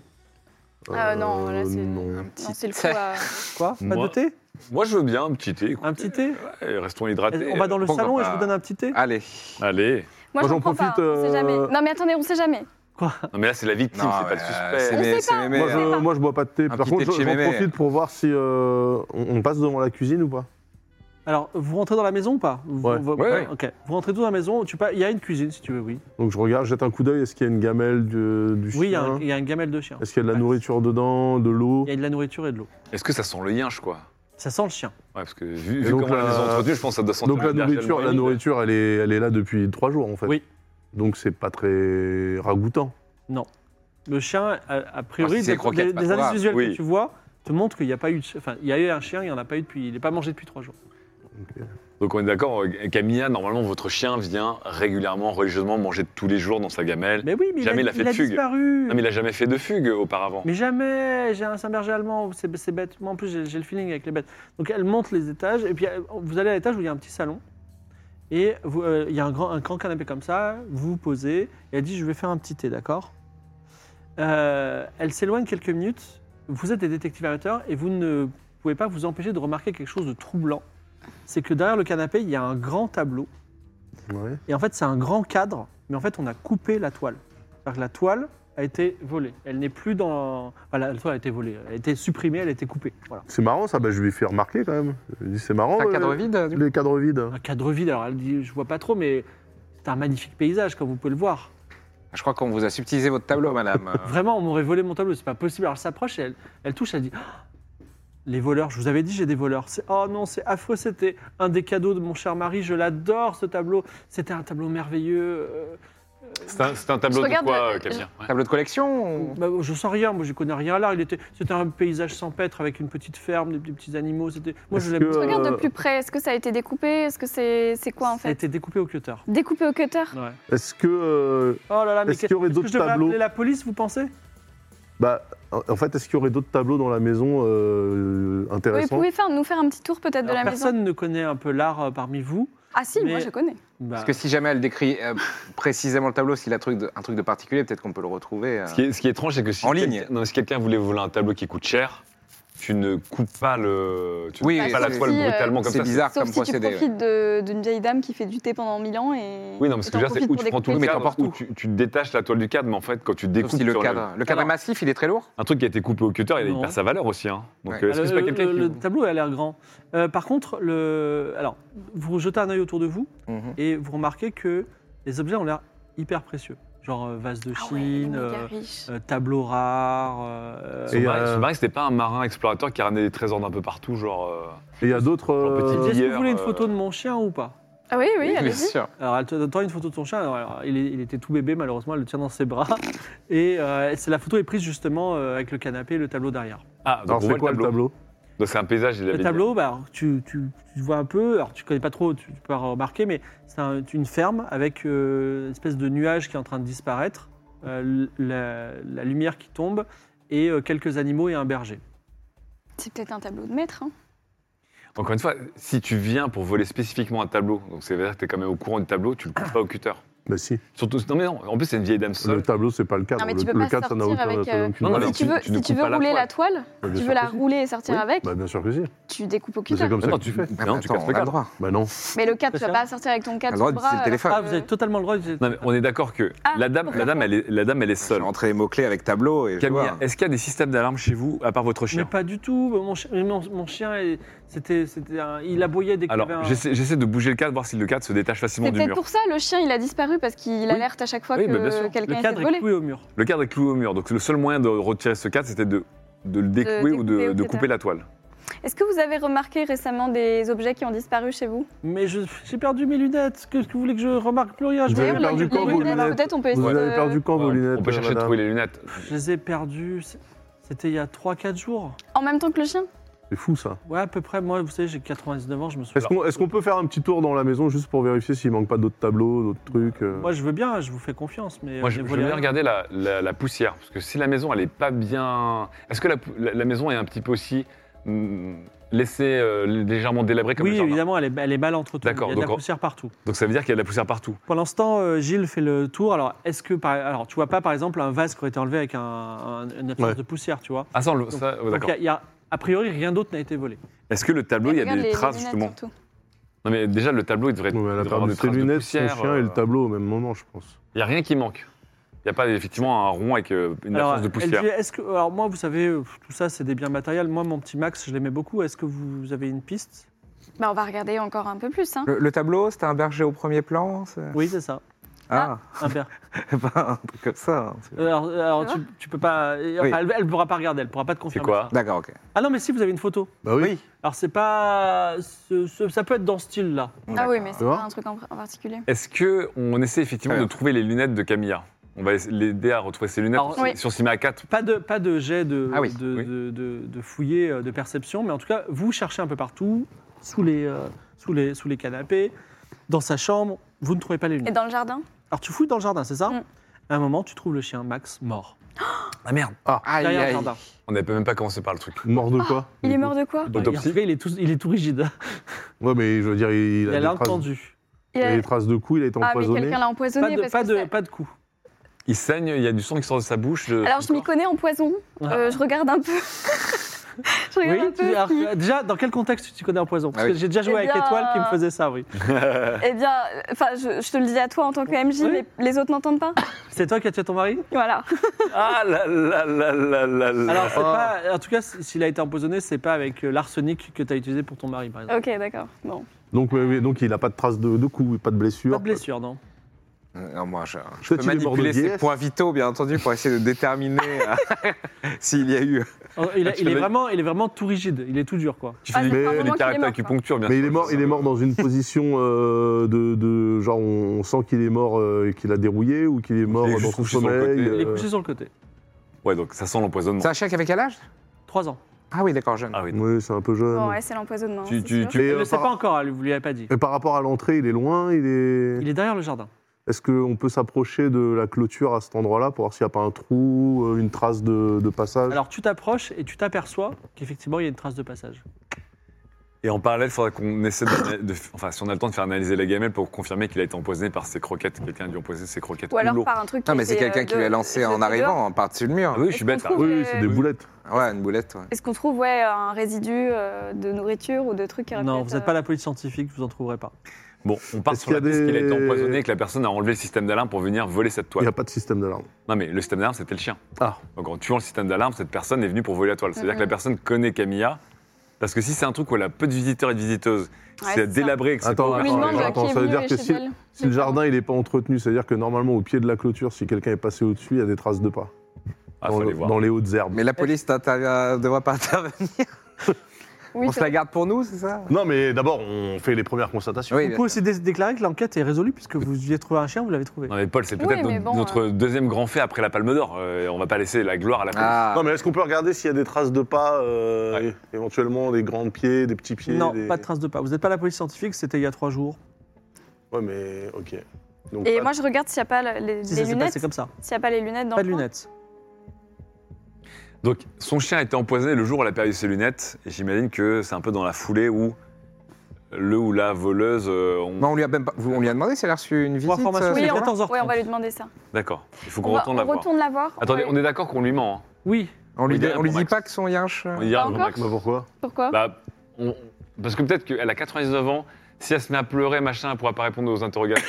Ah, non, là, c'est-
Euh, non.
non, c'est le euh. coup. à-
Quoi Pas
Moi-
de thé
Moi, je veux bien un petit thé. écoute.
Un petit thé
Eh, Restons
Ah,
hydratés.
On va dans le
pourquoi
salon et je
pas
vous donne un petit thé
Allez.
Allez.
Moi,
Moi,
j'en
j'en
prends pas,
profite,
on sait jamais.
euh,
Non, mais attendez, on sait jamais.
Non, mais là, c'est la victime, c'est pas
mais,
le suspect.
euh, c'est
On
mes-
sait
c'est
pas.
mes
Moi,
hein.
mères.
je, moi, je bois pas de thé.
Un
Par
petit
contre,
thé de
je-
chez
j'en
mémé.
profite pour voir si euh, on, on passe devant la cuisine ou pas.
Alors, vous rentrez dans la maison ou pas Vous-
Ouais.
vous-
Ouais, ouais.
ok. Vous rentrez tous dans la maison. Tu peux- Il y a une cuisine, si tu veux, oui.
Donc je regarde, jette un coup d'œil. Est-ce qu'il y a une gamelle du, du
Oui, il y, a
chien
un- il y a une gamelle de chien.
Est-ce qu'il y a de la nourriture dedans, de l'eau
Il y a de la nourriture et de l'eau.
Est-ce que ça sent le yinche, quoi
Ça sent le chien.
Ouais, parce que vu,
Et
vu
donc,
comment on les a
la-
entretenus, je pense que ça doit sentir
Donc la
l'auberge
nourriture, la
allemande.
nourriture, elle est, elle est là depuis trois jours en fait.
Oui.
Donc c'est pas très ragoûtant.
Le chien, a, a
Ah,
priori,
si c'est
des-
croquette,
des,
pas
des
trop
indices
grave.
visuels
Oui.
que tu vois te montrent qu'il n'y a pas eu de chien. Enfin, il y a eu un chien, il n'y en a pas eu depuis. Il n'est pas mangé depuis trois jours.
Donc on est d'accord, euh, Camilla, normalement, votre chien vient régulièrement, religieusement manger tous les jours dans sa gamelle.
Mais oui, mais
Jamais
il
il
a,
a fait
il
de
a
fugue.
disparu.
Ah,
Non, Ah, mais il a jamais fait de fugue auparavant.
Mais jamais, j'ai un saint berger allemand, c'est c'est bête. Moi en plus, j'ai j'ai le feeling avec les bêtes. Donc elle monte les étages, et puis euh, vous allez à l'étage où il y a un petit salon, et vous, euh, il y a un grand, un grand canapé comme ça, vous vous posez, et elle dit Je vais faire un petit thé, d'accord Euh, Elle s'éloigne quelques minutes, vous êtes des détectives amateurs, et vous ne pouvez pas vous empêcher de remarquer quelque chose de troublant. C'est que derrière le canapé, il y a un grand tableau,
Ouais.
et en fait, c'est un grand cadre, mais en fait, on a coupé la toile. C'est-à-dire que la toile a été volée. Elle n'est plus dans. Enfin, la la toile a été volée. Elle a été supprimée, elle a été coupée. Voilà.
C'est marrant ça. Bah, je lui ai fait remarquer quand même. Je lui ai dit, c'est marrant.
T'as
euh,
un cadre vide du coup
Les cadres vides.
Un cadre vide, alors elle dit Je vois pas trop, mais c'est un magnifique paysage, comme vous pouvez le voir.
Je crois qu'on vous a subtilisé votre tableau, madame.
Ah.
Euh,
Vraiment, on m'aurait volé mon tableau, c'est pas possible. Alors elle s'approche et elle, elle touche, elle dit Ah, Les voleurs, je vous avais dit, j'ai des voleurs. C'est- Oh non, c'est affreux, c'était un des cadeaux de mon cher mari, je l'adore ce tableau. C'était un tableau merveilleux. euh,
C'est un, c'est un tableau
Je
de
regarde
quoi,
le-
euh, Camilla Ouais.
Tableau de
Mmh.
collection ou-
Bah, je sens rien, moi je connais rien là. Il était, c'était un paysage champêtre avec une petite ferme, des, des petits animaux. C'était, moi je
Est-ce
l'aime.
que-
Je regarde de
Euh,
plus près. Est-ce que ça a été découpé Est-ce que c'est c'est quoi en
Ça a
fait
été découpé au cutter.
Découpé au cutter
Ouais.
Est-ce que, euh,
Oh là là, mais
Est-ce qu'il y aurait
que
d'autres
je devrais
tableaux
appeler la police, vous pensez
bah, en en fait, est-ce qu'il y aurait d'autres tableaux dans la maison euh,
Oui, Vous
intéressants
pouvez faire, nous faire un petit tour peut-être de
Alors,
la maison
Personne ne connaît un peu l'art euh, parmi vous.
Ah si, moi
Mais-
je connais.
Bah,
Parce que si jamais elle décrit euh, précisément le tableau, s'il a truc de- un truc de particulier, peut-être qu'on peut le retrouver. euh.
Ce qui, est, ce qui est étrange, c'est que si
En
quelqu'un-
ligne.
non, si quelqu'un voulait voler un tableau qui coûte cher, tu ne coupes pas le, tu ne
Oui,
coupes
oui,
pas la
c'est-
toile
si, euh,
brutalement comme
C'est
ça.
bizarre
Sauf
comme
si tu
procédé.
profites de- d'une vieille dame qui fait du thé pendant mille ans et.
Oui, non, parce
et
que
t'en
déjà, c'est
profites
où
pour
tu prends tout
découper
le
Mais
truc.
cadre,
t'emportes
où
tout.
tu, tu détaches la toile du cadre, mais en fait, quand tu
Sauf
découpes
si le
sur la-
cadre, le cadre
Alors-
est massif, il est très lourd.
un truc qui a été coupé au cutter, il
Non.
perd sa valeur aussi. hein. Donc,
Ouais.
euh, est-ce
Ah, le,
que c'est pas quelqu'un
le- le
qui...
tableau a l'air grand. Euh, par contre, le... Alors, vous jetez un œil autour de vous
Mhm.
et vous remarquez que les objets ont l'air hyper précieux. Genre euh, vase de
Ah ouais, les
Chine,
méga
euh,
riches.
euh, tableau rare. euh,
Son
Et,
mari,
euh,
son mari, c'était pas un marin explorateur qui ramenait des trésors d'un peu partout, genre. euh,
Et il y a d'autres.
Genre petit
euh,
Est-ce que vous
hier,
voulez une
euh,
photo de mon chien ou pas
Ah oui, oui,
bien
allez-y.
sûr.
Alors, elle te tend une photo de son chien. Alors, alors, il, est- il était tout bébé, malheureusement, elle le tient dans ses bras. Et euh, c'est- la photo est prise justement euh, avec le canapé et le tableau derrière.
Ah, donc
Alors
on voit
c'est quoi le tableau
Donc c'est un paysage, il
Le
avait dit.
tableau, bah, alors, tu, tu- tu vois un peu, alors tu connais pas trop, tu, tu peux pas remarquer, mais c'est un- une ferme avec euh, une espèce de nuage qui est en train de disparaître, euh, la, la lumière qui tombe et euh, quelques animaux et un berger.
C'est peut-être un tableau de maître. hein.
Encore une fois, si tu viens pour voler spécifiquement un tableau, donc c'est vrai que tu es quand même au courant du tableau, tu le coupes pas au cutter.
Bah si.
Surtout, non mais non, en plus c'est une vieille dame
Le
seule.
tableau, c'est pas le
Ah,
cadre.
Non, mais
le,
tu peux
le
pas
cadre, ça n'a
sortir
aucun.
avec,
ça n'a
euh,
aucune
Non,
valeur.
mais
si
tu-
tu veux,
tu ne
si tu
coupes
veux
pas la
rouler la
toile.
toile,
Bah, bien
tu
sûr
veux la
que si.
rouler et sortir
Oui,
avec,
bah, Bien sûr que si.
tu découpes au
Mais
cutter.
c'est comme ça
non,
que tu fais.
Mais non, tu casses le
on a
cadre.
droit.
Bah non.
Mais le cadre, tu vas
Attention.
pas sortir avec ton
On a
cadre
le
sur
droit
le bras. euh,
d'utiliser le
alors
téléphone.
Ah,
que-
vous avez totalement le droit de...
Non mais on est d'accord que
Ah,
la dame, la dame, elle est, la dame, elle est
J'ai
seule.
rentré les mots-clés avec tableau et je
Camille,
vois.
est-ce qu'il y a des systèmes d'alarme chez vous à part votre
Mais
chien
pas du tout, mon, chi- mon- mon chien, est- c'était, c'était un- il aboyait dès qu'il y avait un...
Alors j'essaie j'essaie de bouger le cadre, voir si le cadre se détache facilement
C'est
du
peut-être
mur.
pour ça, le chien, il a disparu parce qu'il
Oui.
alerte à chaque fois
Oui, bah, bien
que
sûr.
Euh, quelqu'un
Le
essaie
cadre
de
est
voler.
cloué au mur.
Le cadre est cloué au mur, donc le seul moyen de retirer ce cadre, c'était de, de le découper ou
découper
de, de
au cutter.
couper la toile.
Est-ce que vous avez remarqué récemment des objets qui ont disparu chez vous
Mais je- j'ai perdu mes lunettes. Qu'est-ce que vous voulez que je remarque plus rien
Vous
Je-
avez
D'ailleurs,
perdu
les- les
quand vos
lunettes,
lunettes
Peut-être on peut
Vous
essayer
avez
de-
perdu quand vos lunettes
On peut chercher
madame
à trouver les lunettes.
Je les ai perdues. c'est- C'était il y a 3-4 jours.
En même temps que le chien
C'est fou ça.
Ouais, à peu près. Moi, vous savez, j'ai 99 ans, je me souviens.
Est-ce qu'on est-ce qu'on peut faire un petit tour dans la maison juste pour vérifier s'il manque pas d'autres tableaux, d'autres trucs euh
Moi, je veux bien, je vous fais confiance, mais.
Moi,
euh,
je,
ne
je
volez
voulais
rien.
regarder la, la- la poussière, parce que si la maison, elle est pas bien... Est-ce que la, pou- la- la maison est un petit peu aussi hum, laissée euh, légèrement délabrée comme
Oui,
le jardin
évidemment, elle est, elle est mal entretenue.
D'accord,
Il y a de la
donc en-
poussière partout.
Donc ça veut dire qu'il y a de la poussière partout.
Pour l'instant, euh, Gilles fait le tour. Alors, est-ce que. Par... Alors, tu vois pas, par exemple, un vase qui aurait été enlevé avec un, un- une absence
Ouais.
de poussière, tu vois
Ah ça, on le- ça oh,
Donc,
d'accord.
il y a- il y a. A priori, rien d'autre n'a été volé.
Est-ce que le tableau, il y a
Regarde
des
les- les
traces
lunettes,
justement
surtout.
Non mais déjà, le tableau, il devrait, être-
Ouais,
il
mais elle a
devrait avoir
perdu
des
ses
traces de
lunettes, son
poussière. euh,
chien et le tableau au même moment, je pense.
Il n'y a rien qui manque. Il n'y a pas effectivement un rond avec euh, une
Alors,
absence de
elle
poussière.
dit, est-ce que, alors moi, vous savez, euh, pff, tout ça, c'est des biens matériels. Moi, mon petit Max, je l'aimais beaucoup. Est-ce que vous avez une piste
Bah, on va regarder encore un peu plus. Hein.
Le, le tableau, c'était un berger au premier plan c'est-
Oui, c'est ça.
Ah,
Un père.
pas un truc comme ça. hein,
Alors, alors,
Ça
tu, tu peux pas. et, enfin,
Oui.
elle, elle pourra pas regarder. Elle pourra pas te
C'est
confirmer.
quoi
D'accord, ok.
Ah non, mais si vous avez une photo.
Bah oui.
Alors c'est pas. ce- ce- ça peut être dans ce style-là.
Ah oui, mais c'est
Tu vois
pas un truc en, en particulier.
Est-ce que on essaie effectivement
Très
de
bien.
trouver les lunettes de Camilla On va essa- l'aider à retrouver ses lunettes
Alors,
sur-
oui.
sur Sima 4.
Pas de, pas de jet de,
Ah oui,
de,
oui.
de- de- de fouiller, euh, de perception, mais en tout cas, vous cherchez un peu partout, sous les, euh, sous les, sous les canapés, dans sa chambre, vous ne trouvez pas les
Et
Hmm.
lunettes.
dans le jardin
Alors tu fouilles dans le jardin, c'est ça
Mm.
À un moment, tu trouves le chien Max mort.
Ah merde
Aïe,
derrière le
aïe.
jardin.
On n'avait même pas commencé par le truc.
Mort de quoi
Ah, Il est mort de quoi
Il,
Autopsie
il est tout, il est tout rigide.
Ouais, mais je veux dire, il,
Il,
a,
a
des traces,
l'entendu.
Il
il
a-
a des traces de coups, il a été
Ah, mais
empoisonné.
quelqu'un l'a
Pas
empoisonné.
de,
parce
pas,
que
de,
ça-
pas de coup.
Il saigne, il y a du sang qui sort de sa bouche. de-
Alors, je m'y connais en poison. Euh, je regarde un peu. je
Ah. Oui,
regarde un
tu- alors,
peu. si-
déjà, dans quel contexte tu t'y connais en poison Parce
Ah oui.
que j'ai déjà joué
Eh
avec
bien,
Étoile qui me faisait ça, oui.
Eh bien, euh, enfin, je, je te le dis à toi en tant que MJ,
Oui.
mais les autres n'entendent pas.
C'est toi qui as tué ton mari
Voilà.
Ah là là là là là
Euh,
là
Alors, c'est
ah.
pas, en tout cas, si- s'il a été empoisonné, c'est pas avec euh, l'arsenic que tu as utilisé pour ton mari, par exemple.
Ok, d'accord. Bon.
Donc, ouais, ouais, donc il n'a pas de traces de, de coups, pas de blessure.
Pas de blessure, non.
Euh, Non, moi, je, je
Peut-être
peux
il est mort de
manipuler ses
vieillesse.
points vitaux, bien entendu, pour essayer de déterminer euh, s'il y a eu.
Oh, Il,
Ah,
a-
Tu
il est
l'as-
vraiment, il est vraiment tout rigide, il est tout dur, quoi.
Tu
Ah,
fais
ça fait un
des,
moment qu'il est
des
mort,
caractères
quoi.
acupuncture, bien
Mais
sûr,
il est mort,
ça.
il est mort dans une position euh, de, de- genre on, on sent qu'il est mort euh, et qu'il a dérouillé ou qu'il est mort
est
dans
juste
son
couché sur le
sommeil.
côté.
Il est
euh,
couché sur le côté.
Ouais, donc ça sent l'empoisonnement.
C'est un chien qui avait quel âge
Trois ans.
Ah oui, d'accord, jeune.
Ah oui.
Oui, c'est un peu jeune.
Bon, ouais, c'est l'empoisonnement.
Tu-
c'est
tu-
sûr.
tu-
Mais,
Il
euh,
ne sait
par-
pas encore, elle vous lui avez pas dit.
mais par rapport à l'entrée, il est loin, il est.
Il est derrière le jardin.
Est-ce qu'on peut s'approcher de la clôture à cet endroit-là pour voir s'il n'y a pas un trou, euh, une trace de, de passage
Alors tu t'approches et tu t'aperçois qu'effectivement il y a une trace de passage.
Et en parallèle, il faudrait qu'on essaie de, de- Enfin, si on a le temps de faire analyser la gamelle pour confirmer qu'il a été empoisonné par ses croquettes. Quelqu'un a dû empoisonner ses croquettes.
Ou alors
l'eau.
par un truc.
Non,
qui
Ah, mais c'est
était,
quelqu'un
euh,
qui
de-
l'a lancé en
jeté dehors.
arrivant, en par-dessus le mur.
Ah oui, je suis
Est-ce
bête.
qu'on
là.
trouve-
Oui, c'est des
euh,
boulettes.
Ouais, une boulette, ouais.
Est-ce qu'on trouve ouais, un résidu euh, de nourriture ou de trucs qui auraient pu
Non,
être,
vous n'êtes
euh,
pas la police scientifique, vous en trouverez pas.
Bon, on part
Est-ce
sur la
qu'il y a
piste qu'il a
des-
été empoisonné et que la personne a enlevé le système d'alarme pour venir voler cette
Il
toile.
n'y a pas de système d'alarme.
Non, mais le système d'alarme, c'était le chien.
Ah.
Donc en tuant le système d'alarme, cette personne est venue pour voler la toile. C'est-à-dire
Mhm.
que la personne connaît Camilla. Parce que si c'est un truc où elle a peu de visiteurs et de visiteuses,
Ouais,
c'est
c'est ça.
délabré et que c'est
Attends,
pas ouvert
Je me
sur les
demande
gens.
attends,
qui est
ça veut
venu
dire que
chez
si-
elle.
Si le jardin il n'est pas entretenu, c'est-à-dire que normalement au pied de la clôture, si quelqu'un est passé au-dessus, il y a des traces de pas
Ah,
dans,
faut aller voir.
dans les hautes herbes.
Euh,
Mais la police ne devrait pas intervenir.
Oui,
On se la garde pour nous, c'est ça
Non, mais d'abord on fait les premières constatations.
Oui,
Vous pouvez aussi dé- déclarer que l'enquête est résolue puisque vous aviez trouvé un chien, vous l'avez trouvé.
Non mais Paul, c'est
Oui,
peut-être
mais
notre,
bon,
notre deuxième grand fait après la Palme d'Or. Euh, on va pas laisser la gloire à la police.
Ah,
Non, mais est-ce qu'on peut regarder s'il y a des traces de pas, euh,
Ouais.
éventuellement des grands pieds, des petits pieds
Non,
des-
pas de trace de pas. Vous n'êtes pas la police scientifique, c'était il y a trois jours.
Ouais, mais ok. Donc,
Et
pas-
moi, je regarde s'il n'y a pas le- les,
Si
les
ça s'est
lunettes.
passé comme ça.
S'il n'y a pas les lunettes dans
Pas
le
de
coin.
lunettes.
Donc son chien a été empoisonné le jour où elle a perdu ses lunettes. Et j'imagine que c'est un peu dans la foulée où le ou la voleuse... euh, ont-
Non, on lui a même pas- vous- on lui a demandé si elle a reçu une visite.
information,
euh,
c'est
Oui,
cette
on,
fois-là
14h30.
ouais, on va lui demander ça.
D'accord. Il faut
On,
qu'on
va-
retourne
on
la voir.
retourne la voir.
Attendez,
Ouais.
on est d'accord qu'on lui ment. hein.
Oui,
On lui,
Oui,
dit-
bien,
on lui
pour
dit
Max.
pas que son euh, y a un chien.
On dira
Pas
au
encore
max.
Bah, pourquoi
Pourquoi
Bah, on- Parce que peut-être qu'elle a 99 ans. Si elle se met à pleurer, machin, elle pourra pas répondre aux interrogations.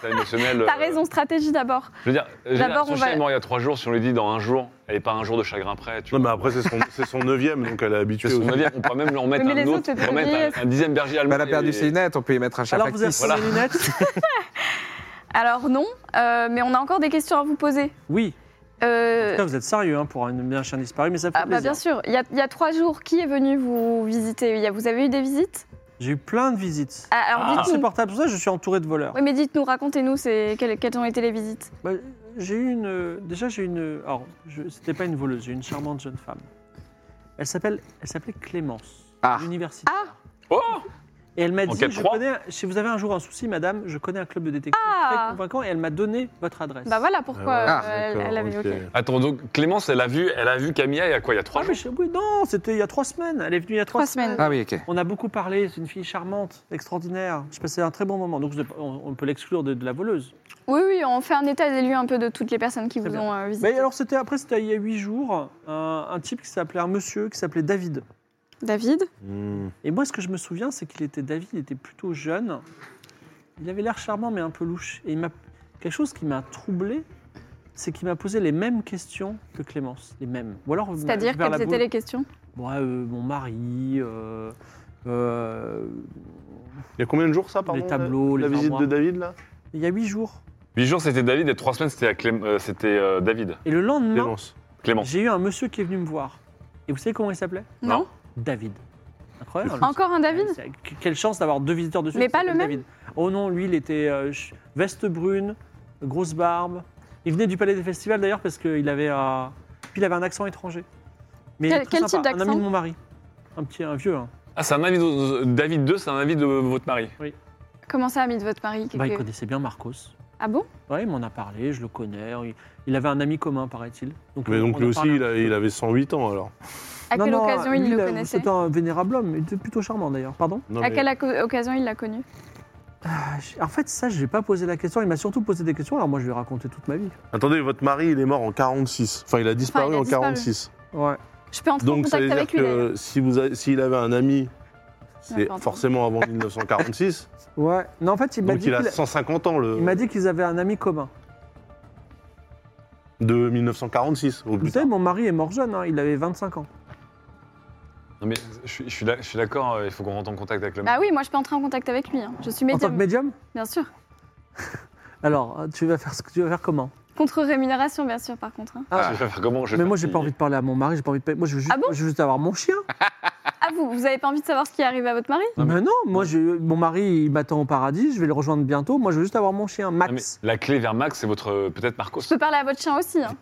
C'est un émotionnel,
T'as
euh,
raison, stratégie d'abord.
Je veux dire, euh, j'ai-
D'abord,
son
on
chien
va-
est mort il y a trois jours. Si on lui dit dans un jour, elle est pas un jour de chagrin près. Tu
Non,
vois.
mais
bah,
après, c'est son, c'est son neuvième, donc elle est habituée.
Parce
aux-
qu'on va dire, on pourra même lui en mettre
mais les
un
autres,
autre,
c'est
on pourra
privé.
mettre un, un dixième berger allemand.
Bah, elle a perdu
et-
ses lunettes, on peut lui mettre un chien
alors vous avez
factice.
reçu les lunettes
Alors non, euh, mais on a encore des questions à vous poser.
Oui.
Euh,
En tout cas, vous êtes sérieux hein, pour un, un chien disparu, mais ça fait
ah, bah,
plaisir.
bien sûr, il y, a, il y a trois jours, qui est venu vous visiter Il y a- Vous avez eu des visites
J'ai eu plein de visites.
Ah, Alors
C'est
dites-nous.
insupportable, pour ça je suis entouré de voleurs.
Oui, mais dites-nous, racontez-nous c'est- quelles, quelles ont été les visites.
Bah, j'ai eu une. euh, Déjà, j'ai eu une. Alors, je- c'était pas une voleuse, j'ai eu une charmante jeune femme. Elle s'appelle, elle s'appelait Clémence,
Ah.
universitaire.
Oh
Et elle m'a
En
dit,
quatre
je
trois.
connais un- si vous avez un jour un souci, madame, je connais un club de détectives
Ah.
très convaincant et elle m'a donné votre adresse.
Bah voilà pourquoi
Ah,
euh, elle,
D'accord,
elle avait.
ok.
ok.
Attends, donc Clémence, elle a vu, elle a vu Camilla il y a quoi Il y a
Ah,
trois
mais
jours
je- oui, non, c'était il y a trois semaines. Elle est venue il y a trois,
Trois semaines.
Ah oui, ok.
On a beaucoup parlé, c'est une fille charmante, extraordinaire. Je passais un très bon moment, donc vous êtes- on, on peut l'exclure de, de la voleuse.
Oui, oui, on fait un état des lieux un peu de toutes les personnes qui
Très
vous
bien.
ont euh, visité.
Mais alors, c'était après, c'était il y a huit jours, un, un type qui s'appelait, un monsieur qui s'appelait David.
David
Hmm.
Et moi, ce que je me souviens, c'est qu'il était David, il était plutôt jeune. Il avait l'air charmant, mais un peu louche. Et il m'a quelque chose qui m'a troublé, c'est qu'il m'a posé les mêmes questions que Clémence, les mêmes. Ou alors
C'est-à-dire,
vers la
quelles étaient
boule.
les questions
Ouais, euh, mon mari, euh, euh,
Il y a combien de jours ça, pardon euh,
Les tableaux,
la,
les
la visite
armoires.
de David là
il y a huit jours.
Huit jours, c'était David et trois semaines, c'était à Clém- euh, c'était euh, David.
Et le lendemain,
Clémence.
Clémence.
j'ai eu un monsieur qui est venu me voir. Et vous savez comment il s'appelait
Non.
Non.
David. Incroyable.
Encore un David
Ouais, Euh, c'est- Quelle chance d'avoir deux visiteurs dessus.
Mais pas le même
Oh non, lui, il était euh, ch- veste brune, grosse barbe. Il venait du Palais des Festivals d'ailleurs parce qu'il avait, euh, puis il avait un accent étranger. Mais
Quel-
très
quel
sympa,
type
Un ami
d'accent
de mon mari. Un petit, un vieux. hein.
Ah, c'est un avis de David 2, c'est un avis de votre mari.
Comment ça, ami de votre mari
Bah, il
quelque-
connaissait bien Marcos.
Ah bon
Ouais, il m'en a parlé, je le connais. Il, il avait un ami commun, paraît-il.
Mais
on-
donc
on
lui
a
aussi,
parlé un
il, a-
petit peu.
il avait 108 ans alors.
À
Non,
quelle
non,
occasion
lui,
il
a-
le connaissait
C'était un vénérable homme, il était plutôt charmant d'ailleurs. Pardon
Non,
À
mais-
quelle ac- occasion il l'a connu
Ah, j- En fait, ça, je n'ai pas posé la question. Il m'a surtout posé des questions, alors moi, je lui ai raconté toute ma vie.
Attendez, votre mari, il est mort en 46. Enfin, il a disparu
Enfin, il a
en
disparu.
46.
Ouais.
Je peux entrer en
Donc ça
contact
veut dire
avec lui d'ailleurs.
que si vous a- s'il avait un ami,
Ouais,
c'est
pardon.
forcément avant 1946.
Ouais. Non, en fait, il m'a
donc
dit
il a
qu'il-
150 ans le
Il m'a dit qu'ils avaient un ami commun.
de 1946 au
Vous
plus
savez,
tard.
mon mari est mort jeune, hein, il avait 25 ans.
Non, mais je suis, je suis d'ac- je suis d'accord, euh, il faut qu'on rentre en contact avec le
Bah oui, moi je peux entrer en contact avec lui. hein. Je suis
En tant que
médium,
médium
bien sûr.
Alors, tu vas faire ce que tu vas faire comment
Contre rémunération, bien sûr, par contre. hein.
Je vais faire comment Je vais
Mais
faire
moi, j'ai
qui
pas envie de parler à mon mari, j'ai pas envie de. pa- Moi, je veux juste,
Ah bon
moi, je veux juste avoir mon chien.
Ah, vous, vous avez pas envie de savoir ce qui est arrivé à votre mari
Non, mais-
mais non, moi, je- mon mari, il m'attend au paradis, je vais le rejoindre bientôt. Moi, je veux juste avoir mon chien,
Ah, mais
Max.
la clé vers Max, c'est votre euh, peut-être Marcos.
Je peux parler à votre chien aussi. hein.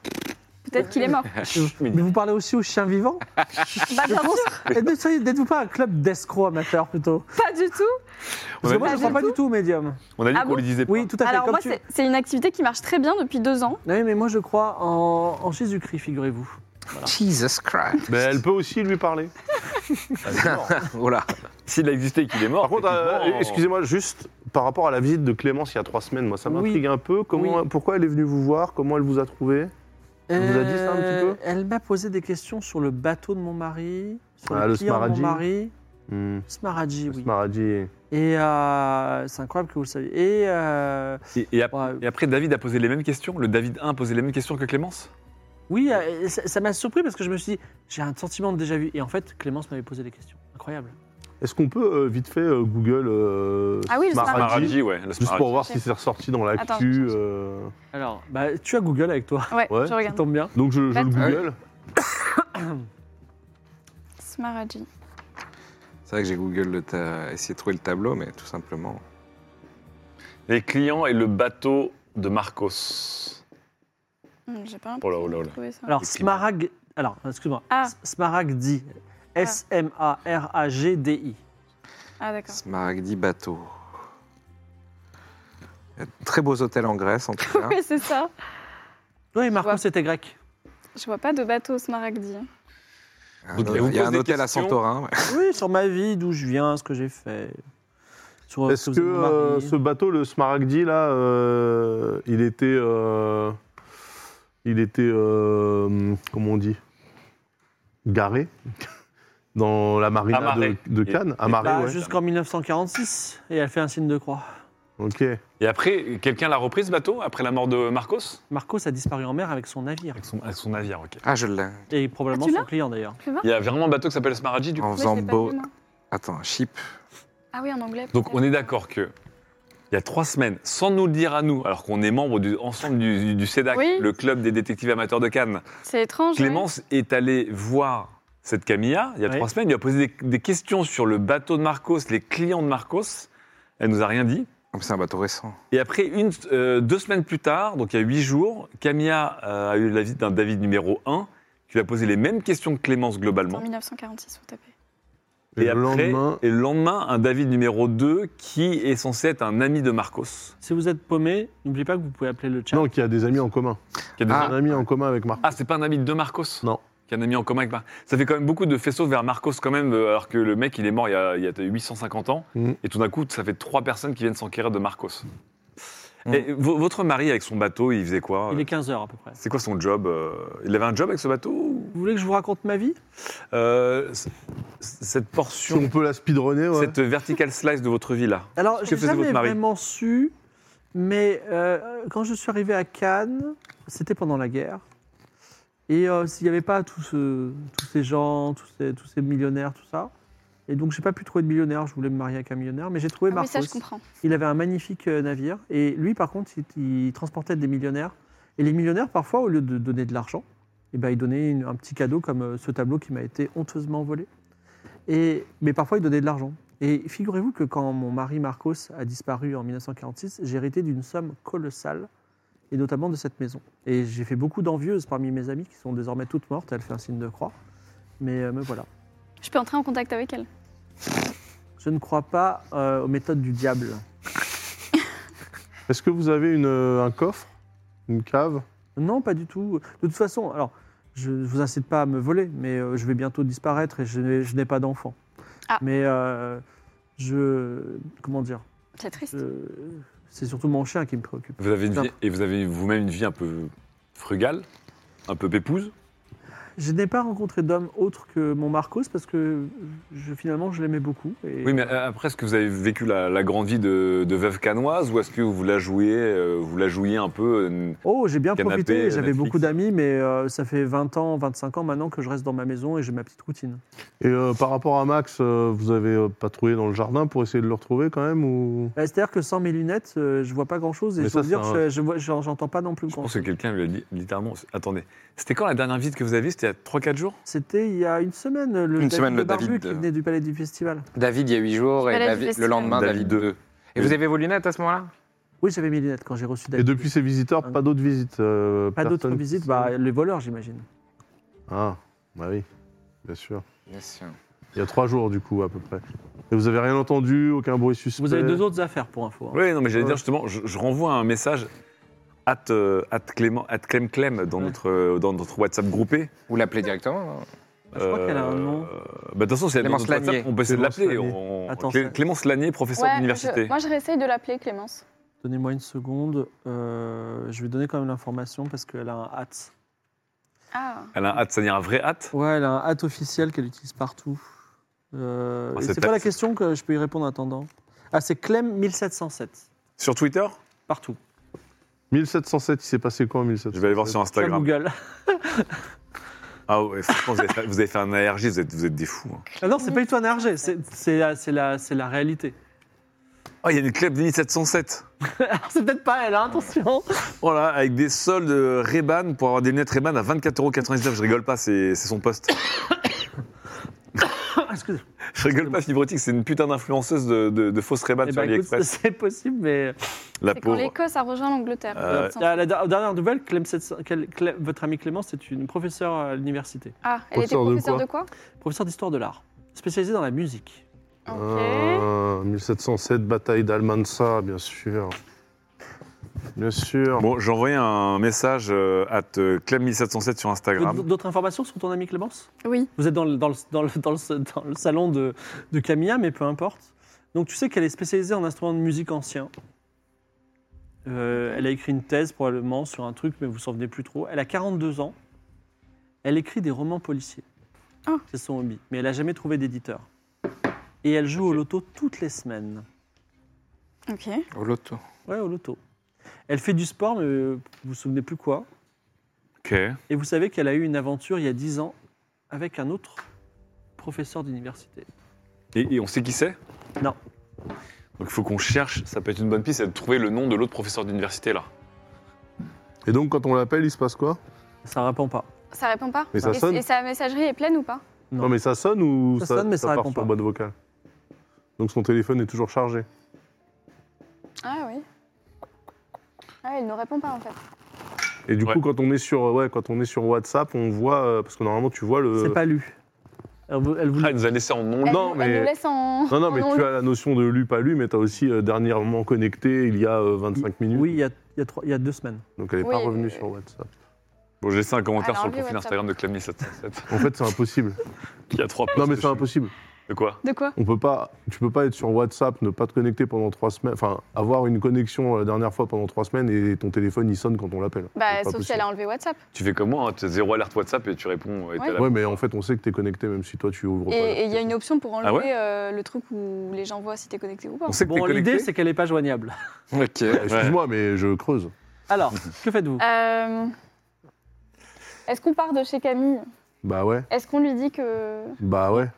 Peut-être qu'il est mort.
mais... vous parlez aussi aux chiens vivants
Bah, bien sûr,
Et ne soyez- N'êtes-vous pas un club d'escrocs amateur plutôt
pas du tout.
On
Parce
a,
que moi, je
Pas
ne crois
du
pas du tout au médium.
on a dit
Ah
qu'on
bon
lui disait pas.
Oui, tout à fait.
Alors,
comme
moi,
tu-
c'est c'est une activité qui marche très bien depuis deux ans.
Oui, mais moi, je crois en, en Jésus-Christ, figurez-vous.
Jesus Christ.
Mais elle peut aussi lui parler.
voilà.
S'il a existé et qu'il est mort.
Par contre, euh,
techniquement,
excusez-moi, juste par rapport à la visite de Clémence il y a trois semaines, moi ça
Oui.
m'intrigue un peu. Comment, Pourquoi elle est venue vous voir Comment elle vous a trouvé Elle vous a dit ça un petit peu
Euh, Elle m'a posé des questions sur le bateau de mon mari, sur
Ah,
le,
le
client de mon
Smaradji.
mari.
Hmm,
Smaradji, oui.
Smaragdi.
Et euh, c'est incroyable que vous le saviez. Et euh,
Et, et ap-
ouais,
et après, David a posé les mêmes questions. Le David 1 a posé les mêmes questions que Clémence.
oui, euh, ça ça m'a surpris parce que je me suis dit, j'ai un sentiment de déjà vu. Et en fait, Clémence m'avait posé des questions. Incroyable.
Est-ce qu'on peut euh, vite fait euh, Google euh,
Ah oui, le
Smaragdi,
Smaragdi, ouais. le
Juste
Smaragdi.
pour voir si c'est ressorti dans
Attends,
l'actu.
je cherche.
euh,
Alors, bah, tu as Google avec toi.
Ouais,
Ouais.
je
Ça
regarde.
tombe bien.
Donc je,
Bah,
je le
Ah oui.
Google.
Smaragdi.
C'est vrai que j'ai Google le ta- essayé de trouver le tableau, mais tout simplement.
Les clients et le bateau de Marcos.
Hum, J'ai pas
Oh là, oh là, oh là.
trouvé ça.
Alors,
Et puis-
Smarag. Alors, excuse-moi.
Ah.
S- Smaragdi. S-M-A-R-A-G-D-I.
Ah, d'accord.
Smaragdi bateau. Il y a de Très beaux hôtels en Grèce, en tout cas.
Oui, c'est ça.
Oui, Marco,
vois.
c'était grec.
Je vois pas de bateau Smaragdi. hein.
Un
Vous-
hôtel-
et vous
Il y a
posez
un
des
hôtel à
questions
Santorin. ouais.
Oui, sur ma vie, d'où je viens, ce que j'ai fait. Sur
Est-ce
vous
que
êtes mon mari.
euh, ce bateau, le Smaragdi, là, euh, il était. euh, il était. euh, comment on dit Garé Dans la marina de,
Amarré.
de Cannes Amarré,
Bah,
ouais.
Jusqu'en 1946, et elle fait un signe de croix.
Ok.
Et après, quelqu'un l'a repris ce bateau après la mort de Marcos
Marcos a disparu en mer avec son navire,
avec son, avec son navire, ok.
Ah, je l'ai.
et probablement
Ah, tu
son client d'ailleurs.
Plus bas
Il y a vraiment un bateau qui s'appelle Smaragdi, du coup.
En
Oui,
faisant
c'est pas
beau.
plus bas.
Attends, ship.
Ah oui, en anglais.
Donc
peut-être.
on est d'accord que il y a trois semaines, sans nous le dire à nous, alors qu'on est membre du, ensemble du, du- du CEDAC,
Oui.
le club des détectives amateurs de Cannes.
C'est étrange. ouais.
Clémence est allée voir cette Camilla il y a
Ouais.
trois semaines, il lui a posé des, des questions sur le bateau de Marcos, les clients de Marcos. Elle nous a rien dit.
Oh, C'est un bateau récent.
Et après, une, euh, deux semaines plus tard, donc il y a huit jours, Camilla euh, a eu la visite d'un David numéro 1 qui lui a posé les mêmes questions que Clémence
En
globalement.
1946, vous tapez.
Et, le
après-
lendemain,
et le lendemain, un David numéro 2 qui est censé être un ami de Marcos.
Si vous êtes paumé, n'oubliez pas que vous pouvez appeler le chat.
non, qui a des amis en commun.
Qui a des-
Un ami en commun avec Marc.
Ah, c'est pas un ami de Marcos
Non.
Qui a un ami en commun avec Marcos. Ça fait quand même beaucoup de faisceaux vers Marcos quand même, euh, alors que le mec, il est mort il y a, il y a 850 ans.
Mhm.
Et tout d'un coup, ça fait trois personnes qui viennent s'enquérir de Marcos.
Mhm.
Et vo- votre mari, avec son bateau, Mm. il faisait quoi
Il est 15h à peu près.
C'est quoi son job euh, Il avait un job avec ce bateau ou-
Vous voulez que je vous raconte ma vie
Euh, c- c- Cette
Si
portion,
on peut la speedrunner, ouais.
cette vertical slice de votre vie là.
Alors,
Que
j'ai
faisait
jamais
votre mari
vraiment su, mais euh, quand je suis arrivé à Cannes, c'était pendant la guerre. Et euh, s'il n'y avait pas tous ce- tous ces gens, tous ces, tous ces millionnaires, tout ça. Et donc, j'ai pas pu trouver de millionnaire. Je voulais me marier avec un millionnaire, mais j'ai trouvé
Ah oui,
Marcos.
ça, je comprends.
il avait un magnifique euh, navire. Et lui, par contre, il, il transportait des millionnaires. Et les millionnaires, parfois, au lieu de donner de l'argent, eh ben, ils donnaient une- un petit cadeau comme euh, ce tableau qui m'a été honteusement volé. Et, mais parfois, ils donnaient de l'argent. Et figurez-vous que quand mon mari Marcos a disparu en 1946, j'ai hérité d'une somme colossale, et notamment de cette maison. Et j'ai fait beaucoup d'envieuses parmi mes amies qui sont désormais toutes mortes. Elle fait un signe de croix. Mais euh, me voilà.
Je peux entrer en contact avec elle.
Je ne crois pas euh, aux méthodes du diable.
Est-ce que vous avez une, euh, un coffre Une cave
Non, pas du tout. De toute façon, alors, je ne vous incite pas à me voler, mais euh, je vais bientôt disparaître et je n'ai, je n'ai pas d'enfant.
Ah.
Mais euh, je. Comment dire
C'est triste.
Euh, je- C'est surtout mon chien qui me préoccupe.
Vous avez une
Non.
vie, et vous avez vous-même une vie un peu frugale, un peu pépouse.
Je n'ai pas rencontré d'homme autre que mon Marcos parce que je, finalement, je l'aimais beaucoup. Et,
Oui, mais euh, après, est-ce que vous avez vécu la, la grande vie de, de veuve canoise ou est-ce que vous la jouiez, euh, vous la jouiez un peu euh,
Oh, j'ai bien
Canapé, euh,
profité, j'avais
Netflix.
beaucoup d'amis, mais euh, ça fait 20 ans, 25 ans maintenant que je reste dans ma maison et j'ai ma petite routine.
Et euh, par rapport à Max, euh, vous avez euh, patrouillé dans le jardin pour essayer de le retrouver quand même ou...
Bah, c'est-à-dire que sans mes lunettes, euh, je vois pas grand-chose et
Mais
je dois vous
ça,
dire
c'est
que je, je vois- j'en- j'entends pas non plus
Je pense
grand-chose.
que quelqu'un lui a dit littéralement Attendez, c'était quand la dernière visite que vous aviez C'était il y a 3-4 jours
C'était il y a une semaine, le David
semaine,
de
le
Barbu
David,
qui
euh,
venait du Palais du Festival.
David, il y a 8 jours, et
Palais du
David- le
Festival.
lendemain,
David
David, 2. Et
Oui.
vous avez vos lunettes à ce moment-là
Oui, j'avais mes lunettes quand j'ai reçu
Et
David.
depuis ces visiteurs, pas d'autres visites euh,
Pas d'autres
personne-
visites, bah, les voleurs, j'imagine.
Ah, bah oui, bien sûr.
Bien sûr.
Il y a trois jours du coup à peu près. Et vous avez rien entendu, aucun bruit suspect
Vous avez deux autres affaires pour info. hein.
Euh, Oui, non, mais j'allais
Ouais.
dire justement, je, je renvoie un message at, euh, at Clément, at Clem Clem dans,
Ouais.
notre, euh, dans notre WhatsApp groupé.
Vous l'appelez directement hein
Bah, je crois qu'elle a un nom.
Euh, bah, de toute façon, c'est
Clémence Lanier.
on peut essayer de
Clémence
l'appeler.
Lanier.
on-
Attends,
Clé-
ça-
Clémence Lanier, professeur
Ouais,
d'université.
je- moi, je réessaye de l'appeler Clémence.
Donnez-moi une seconde. euh, je vais donner quand même l'information parce qu'elle a un hat.
Ah,
Elle a un hâte, c'est-à-dire un vrai hâte.
Ouais, elle a un hat officiel qu'elle utilise partout. Euh,
Ah,
et
c'est
c'est quoi la
peut-être-
question que je peux y répondre en attendant Ah, c'est Clem1707.
Sur Twitter
Partout.
1707, il s'est passé quoi en 1707
Je vais aller voir sur
Sur
Instagram.
Google.
Ah ouais, franchement, vous avez fait, vous avez fait un ARJ, vous êtes, vous êtes des fous. hein.
Ah non, c'est pas du tout un RG, c'est c'est la, c'est la, c'est la réalité.
Oh, il y a une club de 1707.
Alors, c'est peut-être pas elle, hein, attention
Voilà, avec des soldes Reban pour avoir des lunettes Reban à 24,99€. Je rigole pas, c'est c'est son poste.
Excusez-moi.
Je rigole pas, Fibrotique, c'est une putain d'influenceuse de, de, de fausses Reban
Eh
sur
ben, écoute,
AliExpress.
c'est possible, mais euh,
La
c'est quand
pauvre.
l'Écosse a rejoint l'Angleterre.
Euh,
L'absence.
La, la- la dernière nouvelle, Clem 700 Clem- Clem- votre amie Clémence est une professeure à l'université,
Ah, elle était
Professeur de
professeure
quoi
de quoi,
professeure d'histoire de l'art, spécialisée dans la musique.
Ok.
Ah, 1707, bataille d'Almansa, bien sûr. Bien sûr.
Bon, j'ai envoyé un message euh, à te- Clem1707 sur
D'autres
Instagram.
d'autres informations sur ton amie Clémence
Oui.
Vous êtes dans le, dans le- dans le- dans le- dans le salon de, de Camilla, mais peu importe. Donc tu sais qu'elle est spécialisée en instruments de musique anciens. Euh, elle a écrit une thèse probablement sur un truc, mais vous vous en souvenez plus trop. Elle a 42 ans. Elle écrit des romans policiers.
Ah.
C'est son hobby, mais elle n'a jamais trouvé d'éditeur. Et elle joue au loto toutes les semaines.
Ok.
Au loto.
Ouais, au loto. Elle fait du sport, mais euh, vous vous souvenez plus quoi.
Ok.
Et vous savez qu'elle a eu une aventure il y a 10 ans avec un autre professeur d'université.
Et, et on sait qui c'est
Non.
Donc il faut qu'on cherche, ça peut être une bonne piste, c'est de trouver le nom de l'autre professeur d'université là.
Et donc, quand on l'appelle, il se passe quoi
Ça répond pas.
Ça répond pas
Mais ça
et,
sonne
et sa messagerie est pleine ou pas
non.
non.
mais ça sonne ou
Ça sonne, mais ça
part
répond
sur
pas.
boîte vocale Donc son téléphone est toujours chargé.
Ah oui. Ah, il ne répond pas en fait.
Et du
Ouais.
coup, quand on est sur, ouais, quand on est sur WhatsApp, on voit euh, parce que normalement, tu vois le.
C'est pas lu. Elle, vous- elle vous
Ah, il nous a laissé en nom.
Elle,
Non,
nous- elle
mais-
nous laisse en.
Non, non,
en
mais
non
tu
lu.
as la notion de lu pas lu, mais tu as aussi euh, dernièrement connecté il y a euh, 25 minutes.
Oui, il y a, il y a trois- il y a deux semaines.
Donc elle n'est
Oui,
pas revenue
euh,
sur WhatsApp.
Bon, j'ai laissé un commentaire
Alors,
sur le
lui,
profil
WhatsApp.
Instagram de Clammy707.
En fait, c'est impossible.
Il y a trois
non,
posts
mais
dessus.
c'est impossible.
De quoi
De quoi
On peut pas, tu peux pas être sur WhatsApp, ne pas te connecter pendant trois semaines, enfin avoir une connexion euh, la dernière fois pendant trois semaines et ton téléphone il sonne quand on l'appelle.
Bah,
C'est pas
sauf si elle
possible.
a enlevé WhatsApp.
Tu fais comment hein Tu as zéro alerte WhatsApp et tu réponds. et t'es
Ouais.
à la-
Ouais, mais en fait, on sait que tu es connecté même si toi tu ouvres
Et
pas.
et il y a une option pour enlever
Ah ouais
euh, le truc où les gens voient si t'es connecté ou pas.
On sait que
Bon,
t'es
l'idée,
connecté.
c'est qu'elle n'est pas joignable.
hein
Ok.
Bah, Excuse-moi, mais je creuse.
Alors, que faites-vous
Euh, Est-ce qu'on part de chez Camille
Bah ouais,
Est-ce qu'on lui dit que.
bah ouais.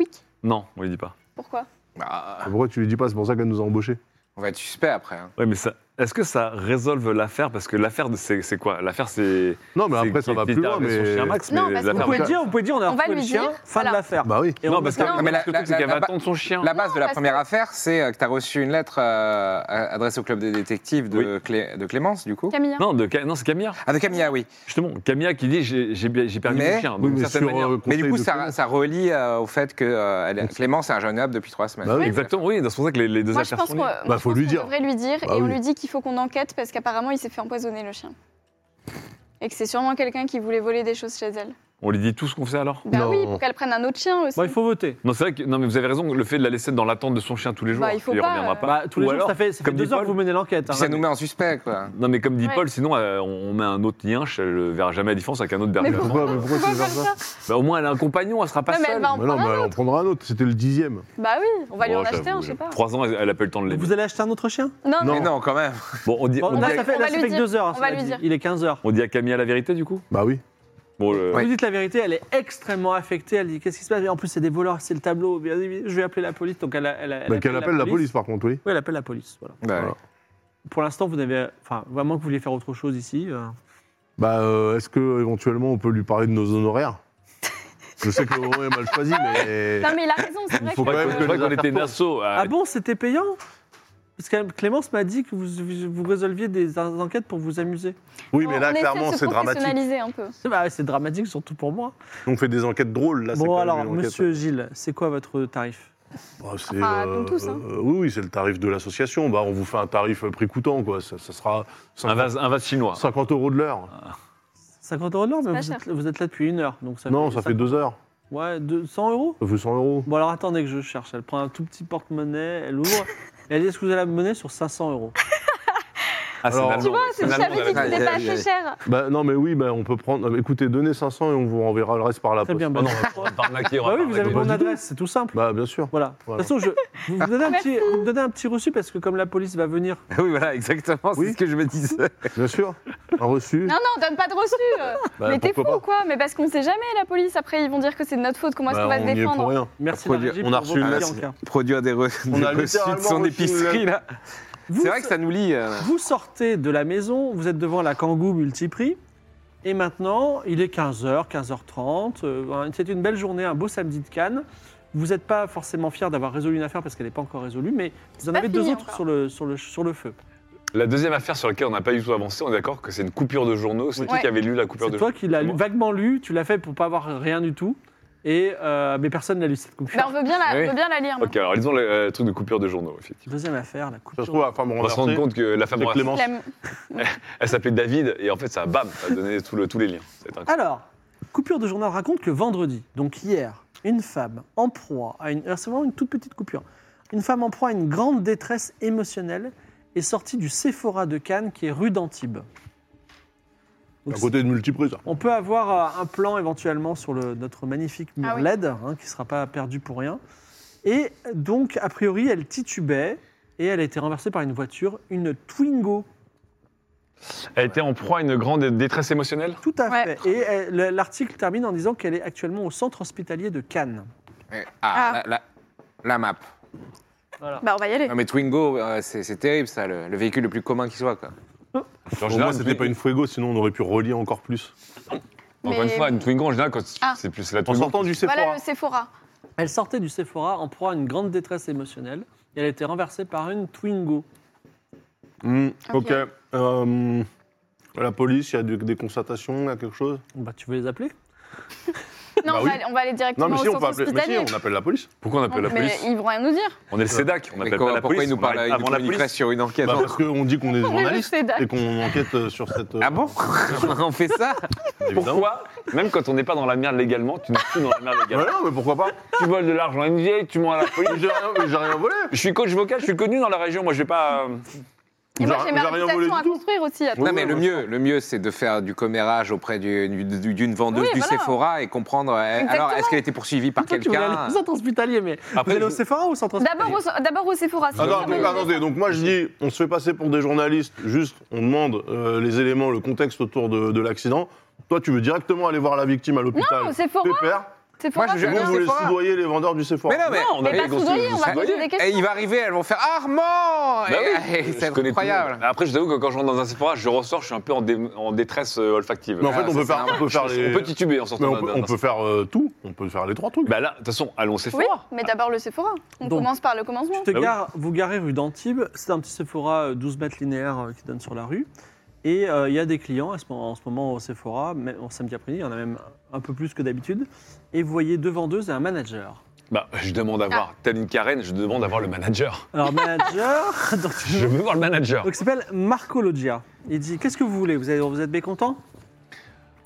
Non, on lui dit pas.
Pourquoi
Ah,
Pourquoi tu lui dis pas C'est pour ça qu'elle nous a embauchés.
on va être suspect après. hein.
Ouais, mais ça. Est-ce que ça résolve l'affaire Parce que l'affaire, de- c'est c'est quoi L'affaire, c'est.
Non, mais
c'est
Bah, après ça
qu'il
va
était
plus loin.
arrivé sur
Mais...
chien Max,
Non,
mais
parce que-
vous
l'affaire.
pouvez,
on-
dire, vous pouvez dire, on a
On va
retrouvé le
lui
chien,
dire,
fin de
voilà.
l'affaire.
Bah oui.
Et on
Non,
le
parce que
fait.
Non,
mais
mais
le
Ah, la-
truc,
la-
c'est qu'elle
la-
va attendre son chien.
La base de la
parce
première
que-
affaire, c'est euh, que tu as reçu une lettre euh, adressée au club des détectives de,
Oui.
Clé- de Clémence, du coup.
Camille hein.
Non, de Ca- non c'est Camilla.
Ah, de Camilla, oui.
Justement, Camilla qui dit j'ai- j'ai j'ai perdu
Mais-
mon chien.
Oui,
d'une
mais
certaine
sur,
manière.
euh,
Mais du
conseil
coup,
de
ça,
Clémence.
ça relie euh, au fait que euh, elle- Clémence est un jeune homme depuis trois semaines.
Bah oui.
Exactement, oui, dans ce sens que les, les deux
Moi, je
affaires
pense
sont
qu'on
liées.
moi,
Bah,
je
faut
pense
lui
qu'on
dire.
devrait lui dire
Bah
et on
oui.
lui dit qu'il faut qu'on enquête parce qu'apparemment il s'est fait empoisonner le chien. Et que c'est sûrement quelqu'un qui voulait voler des choses chez elle.
On lui dit tout ce qu'on fait alors
Bah
Non.
oui, pour qu'elle prenne un autre chien aussi.
Bon, il faut voter.
Non, c'est vrai que non, mais vous avez raison, le fait de la laisser dans l'attente de son chien tous les jours,
Bah, il faut pas,
reviendra
euh,
pas.
Bah, tous les
Ou
jours,
alors,
ça fait, ça fait
comme dit
deux heures
Paul-
que vous menez l'enquête.
Puis
hein.
ça nous met en suspect, quoi.
Non, mais comme dit
Ouais.
Paul, sinon euh, on on met un autre lien, elle ne verra jamais la différence avec un autre berger.
Mais
Pourquoi, mais pourquoi
Pourquoi
tu veux
faire
faire ça
ça
Bah, au moins, elle a un compagnon, elle sera pas
Ouais, mais elle
seule.
va en-
Mais non, mais elle en prendra un autre. C'était le dixième.
Bah oui, on va lui
Oh,
en acheter
j'avoue,
un, je sais
j'avoue.
pas.
Trois ans, elle- elle a pas eu le temps de l'aimer.
Vous allez acheter un autre chien
Non,
Mais
non.
non, quand même.
Bon, on dit,
Bon,
on
Là,
dit-
ça fait,
on
là,
va
ça
lui
fait que
dire.
deux heures. hein, ça
On va
l'a
lui
dit.
dire.
Il est 15 heures.
on dit à Camilla la vérité du coup
Bah oui.
Bon, euh, le-
Ouais.
Vous dites la vérité, elle est extrêmement affectée. Elle dit Qu'est-ce qui se passe En plus, c'est des voleurs, c'est le tableau. Bien évidemment, Je vais appeler la police. Donc, elle, a- elle, a- elle
Bah, qu'elle appelle la police, par contre, oui.
Oui, elle appelle la police. Voilà.
Bah,
Voilà.
Pour l'instant, vous n'avez. Enfin, vraiment que vous vouliez faire autre chose ici. euh,
Bah, euh, est-ce que éventuellement on peut lui parler de nos honoraires Je sais que le moment est mal choisi, mais.
Non, mais il a raison, c'est vrai
faut
Je
quand
crois
même
qu'on-
que
je crois
les
qu'on était une
affaires
asso. euh,
Ah bon, c'était payant Parce que Clémence m'a dit que vous, vous- vous résolviez des en- enquêtes pour vous amuser.
Oui, mais
on- on
là,
essaie de
clairement,
se
c'est dramatique.
professionnaliser un peu.
C'est- bah, c'est dramatique, surtout pour moi.
On fait des enquêtes drôles, là. c'est
bon,
quand même
alors,
une enquête.
monsieur Gilles, c'est quoi votre tarif
Bah, c'est,
Enfin, comme tous, hein.
euh, oui, oui, c'est le tarif de l'association. Bah, on vous fait un tarif prix coûtant, quoi. Ça, ça sera
un,
50,
vase, un vase chinois.
50 euros de l'heure.
50 euros de l'heure, mais
pas
vous
cher.
êtes, vous êtes là depuis une heure. Donc ça
non, ça fait deux heures.
Ouais, 200 euros
Ça fait 100 euros.
Bon, alors attendez que je cherche. Elle prend un tout petit porte-monnaie, elle ouvre. et elle dit Est-ce que vous allez la monnaie sur 500 euros
Ah, c'est
Alors-
un Allemand,
Tu vois, c'est
un
je
Allemand,
t'avais dit que
la-
c'était
la-
pas
la-
assez cher.
Bah, non, mais oui, bah, on peut prendre. Écoutez, donnez 500 et on vous renverra le reste par la
Très
poste.
bien,
Ah,
bah,
non,
bah,
Par arnaqué, on va
oui, vous
parler
avez
de-
mon
du tout.
adresse, c'est tout simple.
bah, bien sûr.
Voilà.
Voilà.
De toute façon, je, vous, vous donnez un petit, vous me donnez un petit reçu parce que comme la police va venir,
Oui, voilà, exactement, c'est
Oui.
ce que je me disais.
Bien sûr. Un reçu.
Non, non, donne pas de reçu. euh.
Bah,
mais t'es fou
pourquoi
ou quoi Mais parce qu'on sait jamais, la police. Après, ils vont dire que c'est de notre faute. Comment
pas
est-ce qu'on
Bah,
va se
On y est pour
défendre
rien.
merci
On
la
a
régie
reçu
pour votre
une-
client, Pierre.
Produire des, re...
On
des
a
reçus de
littéralement
son
reçu
épicerie, là.
Vous,
C'est vrai que ça nous lie. euh.
Vous sortez de la maison, vous êtes devant la Kangoo Multiprix, et maintenant il est 15h, 15h30. euh, C'est une belle journée, un beau samedi de Cannes. Vous n'êtes pas forcément fier d'avoir résolu une affaire parce qu'elle n'est pas encore résolue, mais vous en
pas
avez deux
fini
autres
encore.
sur le, sur, le, sur le feu.
La deuxième affaire sur laquelle on n'a pas du tout avancé, on est d'accord que c'est une coupure de journaux. C'est
Oui.
toi qui avais lu la coupure
C'est
de
toi
journaux.
qui l'as lu-
Moi.
vaguement lu, tu l'as fait pour pas avoir rien du tout, et, euh, mais personne n'a lu cette coupure.
Bah, on veut bien la,
Oui.
on veut bien la lire.
Ok, alors lisons le euh, truc de coupure de journaux, effectivement.
Deuxième affaire, la
Ça
coupure.
se trouve, la femme
On va se rendre
renversée,
compte que la femme,
c'est
en-
Clémence.
Clem-
elle s'appelait David, et en fait, ça, bam, ça a donné tout le- tous les liens. C'est incroyable.
Alors, coupure de journal raconte que vendredi, donc hier, une femme en proie à une. alors C'est vraiment une toute petite coupure. Une femme en proie à une grande détresse émotionnelle est sortie du Sephora de Cannes qui est rue d'Antibes. Donc,
à côté de multiprise.
on peut avoir euh, un plan éventuellement sur le- notre magnifique mur
Ah oui.
LED hein, qui ne sera pas perdu pour rien. Et donc, a priori, elle titubait et elle a été renversée par une voiture, une Twingo
Elle était en proie à une grande détresse émotionnelle
Tout à
Ouais.
fait. Et euh, le- l'article termine en disant qu'elle est actuellement au centre hospitalier de Cannes.
Ah,
Ah.
La, la- la map.
Voilà.
Bah, on va y aller.
Non, mais Twingo, euh, c'est c'est terrible ça, le, le véhicule le plus commun qui soit. Quoi.
Au moins, c'était pas une Fuego, sinon on aurait pu relier encore plus.
Encore une
Mais-
fois, une Twingo, en général, quand tu-
Ah.
c'est plus c'est la
En
Twingo.
sortant du Sephora.
Voilà le Sephora.
Elle sortait du Sephora en proie à une grande détresse émotionnelle et elle était renversée par une Twingo.
Hmm,
Ok.
ok. Euh, la police, il y a de- des constatations, il y a quelque chose
Bah, tu veux les appeler
Non,
Bah
on,
oui.
va, aller- on va aller directement
Non, mais si,
au
on peut
centre
appeler. Mais si,
hospitalier.
on appelle la police.
Pourquoi on appelle la
Mais
police
ils vont rien nous dire.
On est le SEDAC, on
Mais
n'appelle
quoi-
pas la
pourquoi
police.
il nous
on
parle
arrête
à-
avant
avant
la
la
police.
sur une enquête
Bah,
hein.
parce qu'on dit qu'on est des
On est le
journalistes
SEDAC.
et qu'on enquête euh, sur cette.
Ah bon On fait ça
Pourquoi
Pourquoi, même quand on n'est pas dans la merde légalement, Oh, tu nous fous dans la merde légalement
Non, mais pourquoi pas
Tu voles de l'argent NJ, tu mens à la police.
Mais J'ai rien, mais j'ai rien volé.
Je suis coach vocal, je suis connu dans la région, moi je vais pas. euh,
Et moi,
Ils ont-
j'ai
ils
ma
ont rien volé
réputation
du
à
tout.
construire aussi. attends.
Non
Oui,
mais
oui,
le
moi,
mieux, le mieux c'est de faire du commérage auprès du- du- du- d'une vendeuse
Oui,
du
voilà.
Sephora et comprendre. euh, Alors est-ce
Exactement.
qu'elle a été poursuivie par
Toi, tu voulais aller
quelqu'un
au centre hospitalier, mais vous
Après,
allez au
je-
Sephora ou au centre hospitalier
D'abord au, d'abord au Sephora. c'est
Ah
une
non,
très
donc,
bonne idée.
attendez, donc moi je dis, on se fait passer pour des journalistes, juste on demande euh, les éléments, le contexte autour de, de l'accident. Toi, tu veux directement aller voir la victime à l'hôpital.
Non, Sephora.
Pépère,
Sephora,
Moi, je-
c'est
vous
Non,
bien.
voulez
Sephora.
soudoyer les vendeurs du Sephora.
Mais non mais,
Non, on
Mais
a
pas soudoyer, on va poser des questions.
Et il va arriver, elles vont faire Armand
Bah
Et-
oui,
et
je connais
C'est
tout le
incroyable.
monde. Bah, Après, je t'avoue que quand je rentre dans un Sephora, je ressors, je suis un peu en, dé- en détresse euh, olfactive.
Mais en fait,
Ah,
on,
ça,
peut
c'est
faire, on peut faire les.
On peut tituber en
mais
sortant
on
d'un-
peut,
d'un-
on peut faire euh, tout, on peut faire les trois trucs.
Bah là, de toute façon, allons au
Oui,
Sephora.
mais d'abord le Sephora. On
Donc.
commence par le commencement.
Ah
Tu te
Bah oui.
gares, vous garez rue d'Antibes, c'est un petit Sephora euh, 12 mètres linéaires euh, qui donne sur la rue. Et euh, il y a des clients à ce moment- en ce moment au Sephora, mais en samedi après-midi, il y en a même un peu plus que d'habitude. Et vous voyez deux vendeuses et un manager.
Bah, je demande à
Ah.
voir, telle une Karen, je demande à voir le manager.
Alors, manager, donc, tu-
Je veux voir le manager.
donc, il s'appelle Marco Loggia. Il dit Qu'est-ce que vous voulez vous êtes, vous êtes mécontent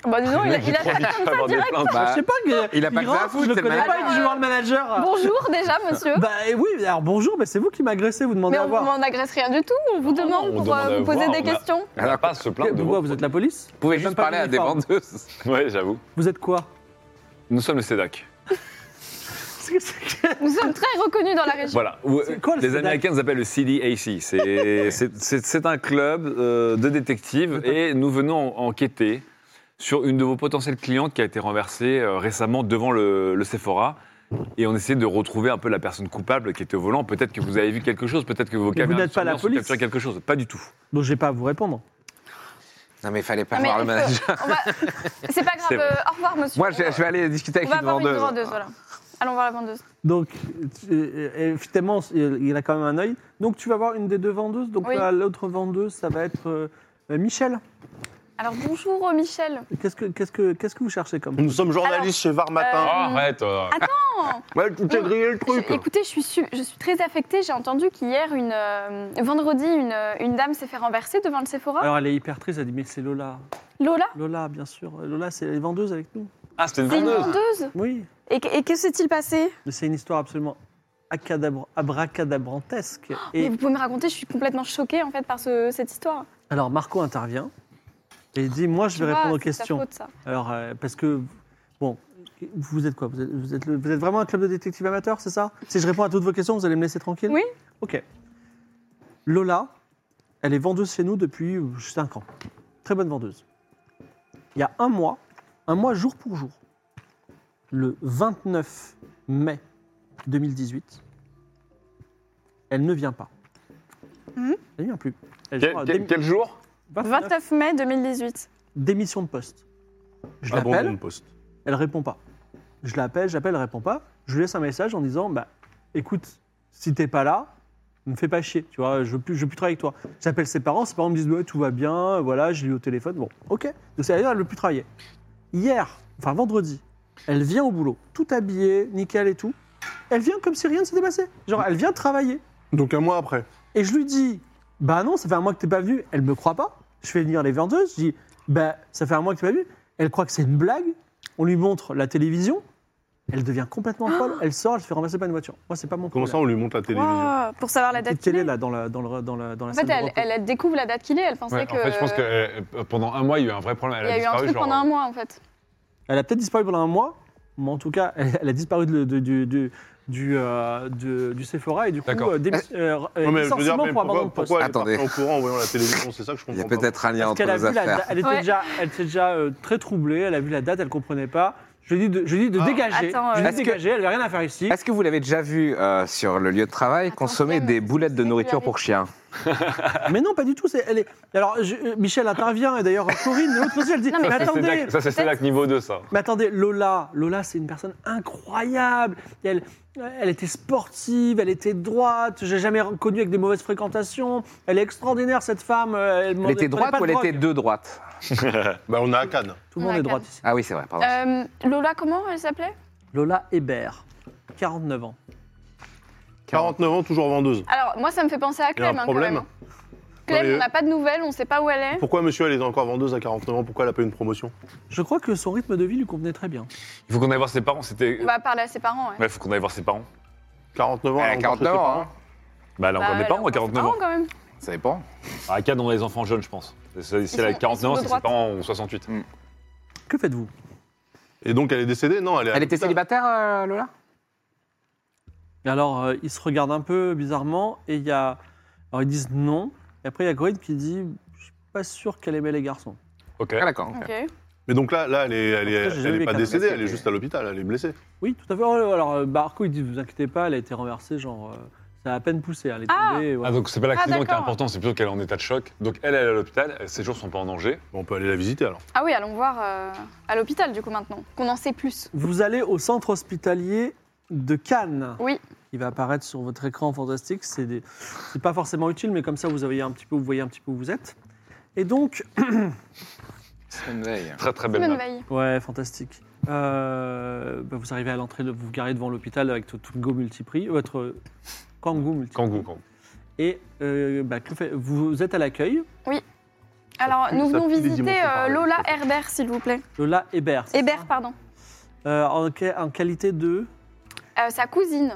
Bah, dis donc, il a- il a
J'ai
l'air-
trop envie d'avoir des plaintes.
Bah,
Je sais pas, que,
il a pas que ça à
rentre,
foutre,
Je le
c'est le
connais pas, il
manager.
dit Je veux voir le manager.
Bonjour déjà, monsieur.
Bah et oui, alors bonjour, mais c'est vous qui m'agressez, vous demandez
Mais
à
on
voir.
on n'agresse rien du tout. On vous
Non,
demande
non, on
pour euh,
demande à
vous poser
voir,
des
on a-
questions.
Elle n'a pas à se plaindre de
Pourquoi
vous.
vous êtes la police
Vous pouvez
Même
juste
pas
parler à des
d'uniforme.
vendeuses.
Ouais, j'avoue.
Vous êtes quoi
Nous sommes le SEDAC.
Nous sommes très reconnus dans la région.
Voilà. Ou-
C'est quoi, le
les
SEDAC?
Américains nous appellent le CDAC. C'est- c'est- C'est c'est un club euh, de détectives et nous venons en- enquêter sur une de vos potentielles clientes qui a été renversée euh, récemment devant le, le Sephora. Et on essaie de retrouver un peu la personne coupable qui était au volant. Peut-être que vous avez vu quelque chose, peut-être que vos
Mais vous
caméras
n'êtes
de
pas la
surveillance ont
police.
capturé quelque chose. Pas du tout.
Donc je vais pas à vous répondre.
Non mais il fallait pas
Ah, mais
voir le
il faut-
manager.
on va- C'est pas grave.
C'est vrai.
euh, au revoir, monsieur.
Moi je
On va-
je vais aller discuter
On
avec
va
une
voir une vendeuse,
vendeuse.
voilà. Allons voir la vendeuse.
Donc, tu- euh, effectivement, il il a quand même un œil. Donc, tu vas voir une des deux vendeuses. Donc,
Oui.
là, l'autre vendeuse, ça va être euh, euh, Michel.
Alors bonjour euh, Michel.
Qu'est-ce que, qu'est-ce que, qu'est-ce que vous cherchez comme
Nous sommes journalistes chez Var Matin.
Ah,
arrête
Ah. Ouais, tu t'es
on-
grillé le truc.
Je- écoutez, je suis, su- je suis très affectée. J'ai entendu qu'hier, une, euh, vendredi, une, euh, une dame s'est fait renverser devant le Sephora.
Alors, elle est hyper triste. Elle dit Mais c'est Lola.
Lola
Lola, bien sûr. Lola, c'est les vendeuses avec nous.
Ah, c'était une
C'est une
vendeuse.
vendeuse
Oui.
Et, que- et que s'est-il passé
Mais c'est une histoire absolument acadabra- abracadabrantesque.
Oh, Mais
Et
Vous pouvez me raconter, je suis complètement choquée en fait par ce- cette histoire.
alors, Marco intervient et il dit Moi, je vais
vois,
répondre aux
c'est de sa
questions.
faute, ça.
Alors, euh, parce que. Bon, vous êtes quoi vous êtes, vous êtes le- vous êtes vraiment un club de détectives amateurs, c'est ça Si je réponds à toutes vos questions, vous allez me laisser tranquille
Oui.
Ok. Lola, elle est vendeuse chez nous depuis 5 ans. Très bonne vendeuse. Il y a un mois, un mois jour pour jour, le 29 mai 2018, elle ne vient pas.
Mhm.
Elle ne vient plus. Elle
Quel,
sort à
quel-
démi-
quel jour
29
29 mai 2018.
démission de poste. Je
Ah bon,
l'appelle.
on poste.
Elle répond pas. Je l'appelle, j'appelle, elle répond pas. Je lui laisse un message en disant bah écoute, si t'es pas là, me fais pas chier, tu vois, je veux plus, je veux plus travailler avec toi. J'appelle ses parents, ses parents me disent ouais, tout va bien, voilà, j'ai eu au téléphone, bon, ok. Donc c'est à dire elle veut plus travailler. Hier, enfin vendredi, elle vient au boulot, tout habillée, nickel et tout. Elle vient comme si rien ne s'était passé. Genre elle vient travailler.
Donc un mois après.
Et je lui dis, bah non, ça fait un mois que t'es pas venu. Elle me croit pas. Je fais venir les vendeuses. Je dis, bah ça fait un mois que t'es pas venu. Elle croit que c'est une blague. On lui montre la télévision. Elle devient complètement
Oh.
folle. Elle sort, elle se fait remplacer par une voiture. Moi, c'est pas mon
Comment
problème.
ça, on lui monte la télévision
Wow, pour savoir la
La
date
petite
qu'il
télé
est.
là dans la dans le dans la dans la
En
salle
fait,
de
elle,
repos.
elle, elle découvre la date qu'il est. Elle pensait
Ouais,
que.
En fait, je pense que euh, pendant un mois, il y a eu un vrai problème.
Il
Elle
y a eu un
disparu,
truc
genre, hein.
pendant un mois en fait.
Elle a peut-être disparu pendant un mois, mais en tout cas, elle, elle a disparu de- de- du du du, euh, de- du Sephora et du coup,
D'accord.
euh, démis- euh, euh,
Eh. Non, mais je veux dire,
licenciement
mais
pour abandon
pourquoi,
de poste.
pourquoi elle est
Attendez.
partie en courant en voyant la télévision C'est ça que je
Il y a
comprends pas.
peut-être un lien
Parce
entre
qu'elle a
nos
vu la
affaires.
date, elle était
Ouais.
déjà, elle était déjà euh, très troublée, elle a vu la date, elle comprenait pas. Je lui dis de, je lui dis de
Ah.
dégager.
Attends,
je lui
euh,
dis
Est-ce que-
dégager, elle n'a rien à faire ici.
Est-ce que vous l'avez déjà vu euh, sur le lieu de travail
Attends,
consommer
Clem,
des boulettes de
c'est
nourriture
clair.
pour chiens
Mais non, pas du tout. c'est- Elle est... Alors, je- euh, Michel intervient, et d'ailleurs, Corinne, l'autre aussi, elle dit
Non, mais
mais
c'est-
Ça, c'est
attendez,
Cédac- Ça, c'est Cédac niveau 2, ça.
Mais attendez, Lola, Lola, c'est une personne incroyable. Et Elle, elle était sportive, elle était droite. J'ai jamais connue avec des mauvaises fréquentations. Elle est extraordinaire cette femme. euh, Elle,
Elle
prenait
était droite
pas de
ou elle
drogue.
était de droite
Bah, on a à Cannes.
Tout le monde
Ouais,
est droite ici.
Ah oui, c'est vrai, pardon.
Euh, Lola, comment elle s'appelait
Lola Hébert, 49 ans.
49 ans, toujours vendeuse.
Alors, moi, ça me fait penser à
Il y a
Clem.
un
hein,
problème.
quand même. Clem,
Ouais,
on n'a pas de nouvelles, on ne sait pas où elle est.
Pourquoi monsieur, elle est encore vendeuse à 49 ans Pourquoi elle a pas eu une promotion
Je crois que son rythme de vie lui convenait très bien.
Il faut qu'on aille voir ses parents. C'était.
On va parler à ses parents. ouais.
Ouais, faut qu'on aille voir ses parents.
49 ans,
Elle a
elle a rencontré
49
ses
ans,
parents.
hein.
Bah, elle a
Bah,
encore
elle
des
a
parents à
encore ses
49 ans. Ah,
parents, quand même.
Ça dépend.
À Cannes, on a les enfants jeunes, je pense. C'est- Si elle a
Ils sont-
49 ans,
ils sont
c'est que
de
ses
droite.
parents ont 68.
Que faites-vous
Et donc, elle est décédée Non, elle est. à
Elle était
l'hôpital.
célibataire, euh, Lola
Et Alors, euh, ils se regardent un peu bizarrement et il y a. Alors, ils disent non. Et après, il y a Corinne qui dit Je suis pas sûr qu'elle aimait les garçons.
Ok.
Ah, d'accord.
Ok.
Mais donc là, là, elle est, elle est,
Après, j'ai
elle
jamais
est
vu
pas
qu'un
décédée,
blessé
elle est
était-
juste à l'hôpital, elle est blessée.
Oui, tout à fait. Oh, Alors, euh, Barco, il dit Vous inquiétez pas, elle a été renversée, genre. euh, ça a à peine poussé, hein, elle est
Ah
tombée. et
Ah,
voilà.
donc c'est pas l'accident qui est
d'accord.
important, c'est plutôt qu'elle est en état de choc. Donc elle, elle est à l'hôpital, ses jours sont pas en danger.
Bon, on peut aller la visiter alors.
Ah oui, allons voir euh, à l'hôpital, du coup, maintenant, qu'on en sait plus.
Vous allez au centre hospitalier de Cannes.
Oui.
Il va apparaître sur votre écran fantastique. C'est des- c'est pas forcément utile, mais comme ça, vous, avez un petit peu, vous voyez un petit peu où vous êtes. Et donc,
Simone Veil.
Très très belle
Simone
map.
Veil.
ouais, fantastique. Euh, bah, vous arrivez à l'entrée, de- vous vous garez devant l'hôpital avec votre Tungo multiprix, euh, votre Kangoo multiprix.
Kangou, Kangou.
Et euh, bah, que fait- vous êtes à l'accueil.
Alors,
pue-
nous
ça
venons
pue les
visiter
dimensions
euh,
parallèles,
Lola
tout à fait.
Herbert, s'il vous plaît.
Lola Hébert. c'est
Hébert,
ça
pardon.
Euh, en, que- en qualité de.
Euh, sa cousine.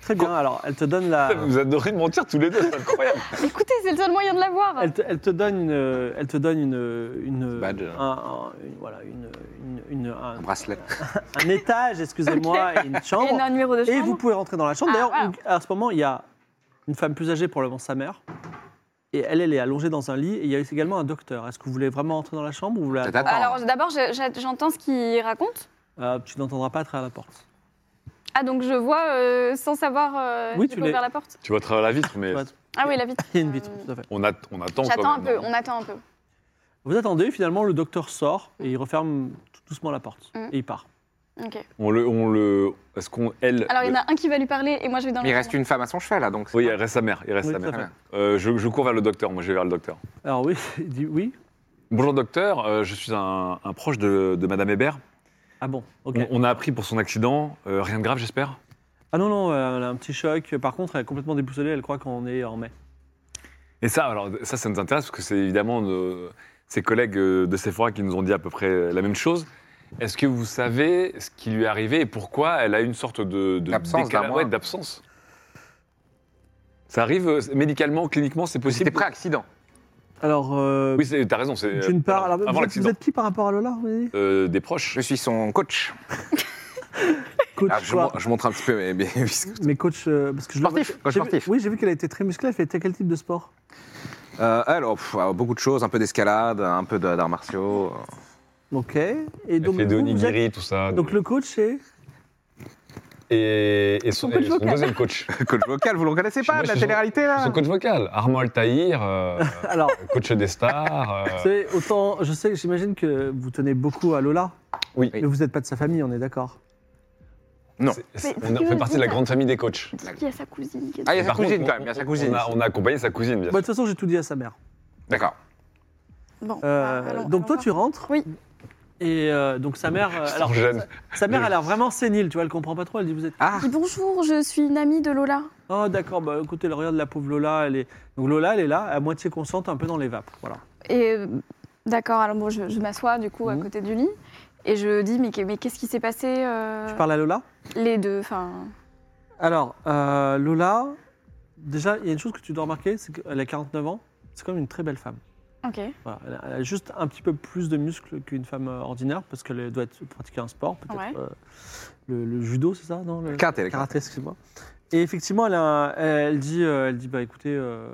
Très bien, alors elle te donne la.
Vous adorez mentir tous les deux, c'est incroyable.
Écoutez, c'est le seul moyen de la voir.
Elle te, elle te donne une, euh, elle te donne une, une,
Badge.
un, un- une- voilà, une, une- une- un,
Un bracelet.
un étage, excusez-moi, et une
Et
chambre.
un numéro de
Et,
chambre.
vous pouvez rentrer dans la chambre.
Ah,
D'ailleurs,
wow.
à ce moment, il y a une femme plus âgée, probablement sa mère, et elle, elle est allongée dans un lit. Et il y a également un docteur. Est-ce que vous voulez vraiment entrer dans la chambre ou vous voulez
Ça hein.
attendre
t'attend.
Alors, d'abord, je- je- j'entends ce qu'il raconte.
Euh, Tu n'entendras pas à travers la porte.
Ah, donc je vois euh, sans savoir. euh,
Oui,
j'ai
tu
pas
l'es.
ouvert la porte.
tu vois à travers la vitre, mais
Tu vois,
Ah oui, la vitre.
Il y a une vitre,
Euh,
tout à fait.
on, at- on attend.
J'attends
quand
un
même,
peu,
non
on attend un peu.
Vous attendez, finalement, le docteur sort et il referme tout doucement la porte.
Mm.
Et il part.
Ok.
On le, on le, est-ce qu'on, elle.
Alors, il y en
le-
a un qui va lui parler et moi je vais dans
Mais il
la
reste une femme à son chevet, là, donc. c'est
Oui,
pas-
il reste sa mère. Il reste
Oui,
sa
tout à
mère.
fait.
Euh, je, je cours vers le docteur. Moi, je vais vers le docteur.
Alors oui, il dit oui.
Bonjour docteur, euh, je suis un, un proche de, de Madame Hébert.
Ah bon, ok.
On, on a appris pour son accident, euh, rien de grave, j'espère.
Ah non, non, euh, elle a un petit choc. Par contre, elle est complètement déboussolée. Elle croit qu'on est en mai.
Et ça, alors ça, ça nous intéresse parce que c'est évidemment nos- ses collègues euh, de Sephora qui nous ont dit à peu près la même chose. Est-ce que vous savez ce qui lui est arrivé et pourquoi elle a une sorte de, de
D'absence d'un
décala-
mois.
ouais, d'absence Ça arrive euh, médicalement, cliniquement, c'est possible.
C'était pré-accident.
Alors, euh,
Oui, c'est- t'as raison. C'est euh,
d'une part,
avant-
alors, vous,
avant
êtes- vous
l'accident.
êtes qui par rapport à Lola vous avez dit
Euh, des proches.
Je suis son coach.
Coach
Ah, je,
quoi
mon- je montre un petit peu mes, mes biscuits.
Mais coach, euh, parce que je le-
Sportif, coach
j'ai vu-
sportif.
Oui, j'ai vu qu'elle a été très musclée. Elle fait quel type de sport
Euh, alors, pff, alors, beaucoup de choses, un peu d'escalade, un peu de- d'arts martiaux.
Ok. Et
Elle
donc,
fait de
vous, vous êtes-
onigiri, tout ça.
donc le coach est.
Et, et son,
Son coach
et son
vocal.
deuxième coach.
coach vocal, vous le connaissez pas,
Moi,
de
je
la
suis
télé-réalité, là
Son coach vocal. Armand Altaïr, euh,
Alors,
coach des stars. euh,
vous savez, autant, je sais, j'imagine que vous tenez beaucoup à Lola,
oui.
mais vous n'êtes pas de sa famille, on est d'accord.
Non.
C'est- c'est-
Mais
on
que
fait
vous
partie de la
dites-
grande famille des coachs.
porte. Qui a sa cousine qui est-
Ah, il y a
Et
sa
par contre,
cousine,
on-
quand même, il y a sa
on-
cousine.
On a, on a accompagné sa cousine, bien
Bah, de
sûr.
toute façon, j'ai tout dit à sa mère.
D'accord.
Bon,
Euh,
bah, allons-
donc toi,
allons
tu rentres.
Oui.
Et euh, donc sa mère, euh,
Sans
alors
gêne.
sa- sa mère, elle a l'air vraiment sénile, tu vois, elle comprend pas trop. Elle dit vous êtes
Ah,
voir. Dis bonjour, je suis une amie de Lola.
Oh d'accord, bah écoutez, le regard de la pauvre Lola, elle est... Donc Lola, elle est là, à moitié consciente, un peu dans les vapes. Voilà.
Et euh, d'accord, alors bon, je, je m'assois du coup à
Mhm.
côté du lit et je dis mais, qu'est- mais qu'est-ce qui s'est passé euh,
Tu parles à Lola
Les deux, enfin.
Alors, euh, Lola, déjà, il y a une chose que tu dois remarquer, c'est qu'elle a 49 ans, c'est quand même une très belle femme.
Ok.
Voilà, elle, a, elle a juste un petit peu plus de muscles qu'une femme euh, ordinaire, parce qu'elle doit être, euh, pratiquer un sport, peut-être
Ouais.
euh, le, le judo, c'est ça non, le-
karaté, les
Karaté, excuse-moi. Et effectivement, elle, a- elle dit, euh, elle dit, bah écoutez, euh,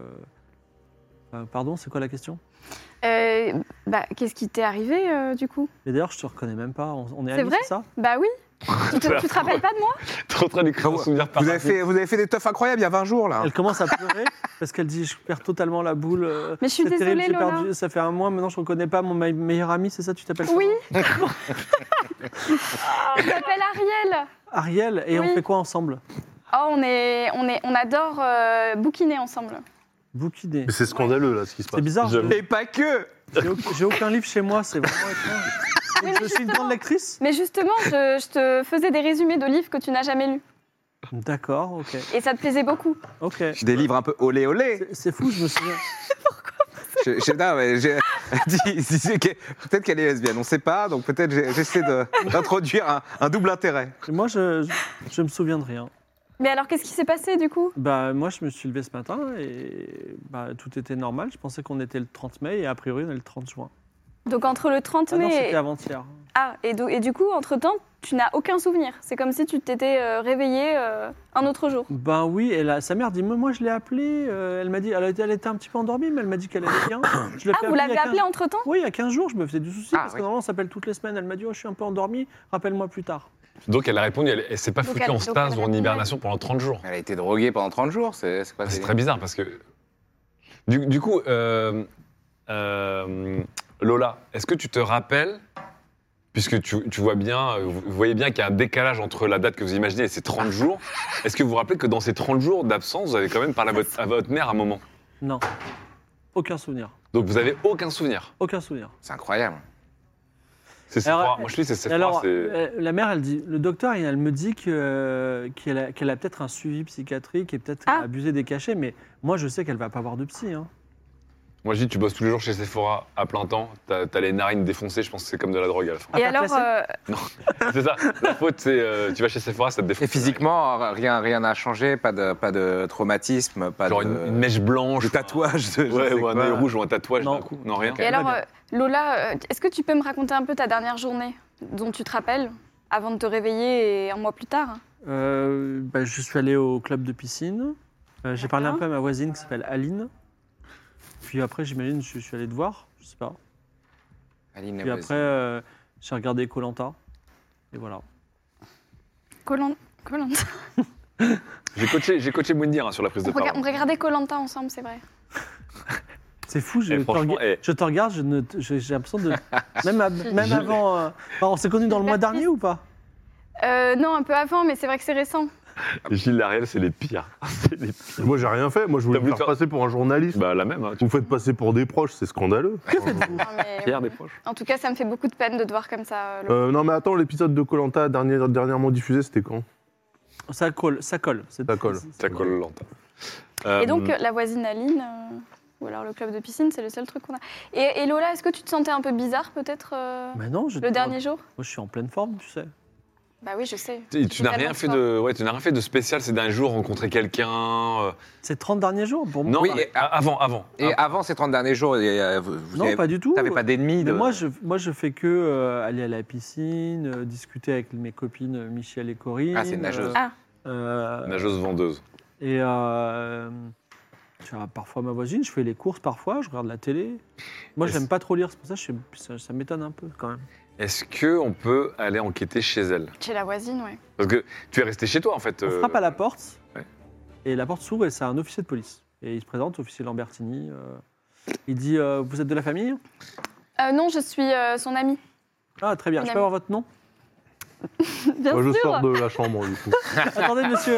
euh, pardon, c'est quoi la question
Euh, bah, qu'est-ce qui t'est arrivé euh, du coup
Mais d'ailleurs, je te reconnais même pas. On, on est
C'est
amis,
vrai
c'est ça
Bah oui. tu, te, tu te rappelles pas de moi
T'es en train d'écrire un souvenir par
Vous avez, fait, vous avez fait des teufs incroyables il y a 20 jours, là.
Elle commence à pleurer parce qu'elle dit Je perds totalement la boule. euh,
Mais je suis
c'est terrible,
désolée,
j'ai
Lola.
perdu- Ça fait un mois maintenant, je reconnais pas mon me- meilleur ami, c'est ça Tu t'appelles
Oui.
comment
Je m'appelle Ariel.
Ariel, et
Oui.
on fait quoi ensemble
Oh, on, est, on, est, on adore euh, bouquiner ensemble.
Bouquiné.
Mais c'est scandaleux, là, ce qui se passe.
C'est bizarre,
J'avoue.
j'ai-
Et pas que
j'ai au- j'ai aucun livre chez moi, c'est vraiment étrange.
Oui,
Donc,
mais
Je suis une grande lectrice
Mais justement, je, je te faisais des résumés de livres que tu n'as jamais lus.
D'accord, ok.
Et ça te plaisait beaucoup.
Ok.
Des livres un peu olé olé.
C'est- C'est fou, je me souviens.
Je- je- non, mais j'ai- dis- disais que- Peut-être qu'elle est lesbienne, on ne sait pas, donc peut-être j'ai- j'essaie de- d'introduire un, un double intérêt.
Et Moi, je, je, je me souviens de rien.
Mais alors, qu'est-ce qui s'est passé du coup
Bah, moi, je me suis levé ce matin et bah, tout était normal. Je pensais qu'on était le 30 mai et a priori, on est le 30 juin.
Donc, entre le 30
Ah non,
mai.
c'était avant-hier.
Ah, et, do- et du coup, entre-temps, tu n'as aucun souvenir. C'est comme si tu t'étais euh, réveillé euh, un autre jour.
Ben oui, et là, sa mère dit Moi, moi, je l'ai appelée. euh, elle m'a dit elle, a été- elle était un petit peu endormie, mais elle m'a dit qu'elle allait bien. Je l'ai
Ah, vous
il y a
l'avez
15
appelé entre-temps
Oui, il y a 15 jours, je me faisais du souci
Ah,
parce que
oui.
normalement, on s'appelle toutes les semaines. Elle m'a dit Oh, je suis un peu endormie, rappelle-moi plus tard.
Donc elle a répondu, elle, elle s'est pas
Donc,
foutue
elle-
en
donc,
stase
elle
ou en
répond,
hibernation pendant 30 jours.
Elle a été droguée pendant 30 jours, c'est c'est quoi
C'est
Ah, c'est-
très bizarre parce que. Du, du coup, euh, euh, Lola, est-ce que tu te rappelles, puisque tu, tu vois bien, euh, vous vous voyez bien qu'il y a un décalage entre la date que vous imaginez et ces 30 jours, est-ce que vous vous rappelez que dans ces 30 jours d'absence, vous avez quand même parlé à votre, à votre mère à un moment
Non, aucun souvenir.
Donc vous avez aucun souvenir.
Aucun souvenir.
C'est incroyable.
C'est cette
Alors,
fois- Moi je dis, c'est cette
Et alors,
fois, c'est.
euh, la mère, elle dit Le docteur, il- elle me dit que, euh, qu'elle a, qu'elle a peut-être un suivi psychiatrique et peut-être
Ah.
abusé des cachets, mais moi, je sais qu'elle va pas voir de psy. hein.
Moi je dis, tu bosses tous les jours chez Sephora à plein temps, t'as t'as les narines défoncées, je pense que c'est comme de la drogue à la fin.
Ah,
Et
t'as
alors,
classé
euh,
c'est ça, la faute c'est euh, tu vas chez Sephora, ça te défonce.
Et physiquement, rien rien n'a changé, pas de, pas de traumatisme, pas
Genre
de,
une, une mèche blanche.
de tatouage. De, euh, je
Ouais,
sais
ou un
quoi.
œil rouge ou un tatouage
Non.
d'un coup. Non, rien.
Ok.
Et
Elle va
alors,
bien.
euh, Lola, euh, est-ce que tu peux me raconter un peu ta dernière journée dont tu te rappelles avant de te réveiller et un mois plus tard
Euh, bah, je suis allé au club de piscine. Euh, j'ai parlé un
D'accord.
peu à ma voisine qui s'appelle Aline. Puis après, j'imagine, je suis allé te voir. Je sais pas.
Aline,
Puis
vas-y.
après, euh, j'ai regardé Colanta. Et voilà.
Colanta.
J'ai coaché, j'ai coaché Mounir hein, sur la prise
On,
de
rega- on
parole.
regardait Colanta ensemble, c'est vrai.
C'est fou, je,
Eh,
te
franchement,
rega-
eh.
je te regarde, je ne te- je- j'ai l'impression de. Même, à- même
Je-
avant. euh, enfin, on s'est connus dans le mois
Hyper
dernier ou pas
Euh, non, un peu avant, mais c'est vrai que c'est récent.
Gilles Lariel, c'est les pires. C'est les pires.
Moi, j'ai rien fait. Moi, je voulais
T'as
me
voulu
faire
faire-
passer pour un journaliste.
Bah, la même. Hein, tu
Vous me faites passer pour des proches, c'est scandaleux.
Non, mais-
Pierre des proches.
En tout cas, ça me fait beaucoup de peine de te voir comme ça. euh, Lola.
Euh, non, mais attends, l'épisode de Colanta dernièrement diffusé, c'était quand
Ça colle, ça colle. c'est-
Ça colle.
c'est-
Ça colle hein. lente.
Et donc, euh, la voisine Aline, euh, ou alors le club de piscine, c'est le seul truc qu'on a. Et, et Lola, est-ce que tu te sentais un peu bizarre peut-être euh,
Mais non, Bah, je
le dernier jour
Moi, je suis en pleine forme, tu sais.
Bah oui, je sais.
tu, tu n'as rien
totalement
fait
toi.
de, ouais, tu n'as rien fait de spécial ces derniers jours, rencontrer quelqu'un. euh,
Ces 30 derniers jours pour moi
Non,
Oui,
mais
et-
a- avant, avant.
Et
Ah,
avant ces 30 derniers jours, il y a- vous vous
Non,
avez-
pas du tout.
t'avais pas d'ennemis de...
Mais moi, je, moi, je fais que euh, aller à la piscine, euh, discuter avec mes copines euh, Michel et Corinne.
Ah, c'est une nageuse.
euh,
Ah.
euh,
Nageuse vendeuse.
et euh, tu vois, parfois ma voisine, je fais les courses parfois, je regarde la télé. Moi,
Et
j'aime
c'est-
pas trop lire, c'est pour ça que je suis- ça, ça m'étonne un peu quand même.
Est-ce que on peut aller enquêter chez elle
Chez la voisine, ouais.
Parce que tu es resté chez toi en fait.
On
euh,
frappe à la porte
ouais.
et la porte s'ouvre et c'est un officier de police. Et il se présente, officier Lambertini. euh, il dit euh, Vous êtes de la famille
Euh, non, je suis euh, son amie.
Ah, très bien.
Une
Je
amie.
peux avoir votre nom
Bien
Moi, je
sûr.
sors de la chambre, du coup.
Attendez, monsieur.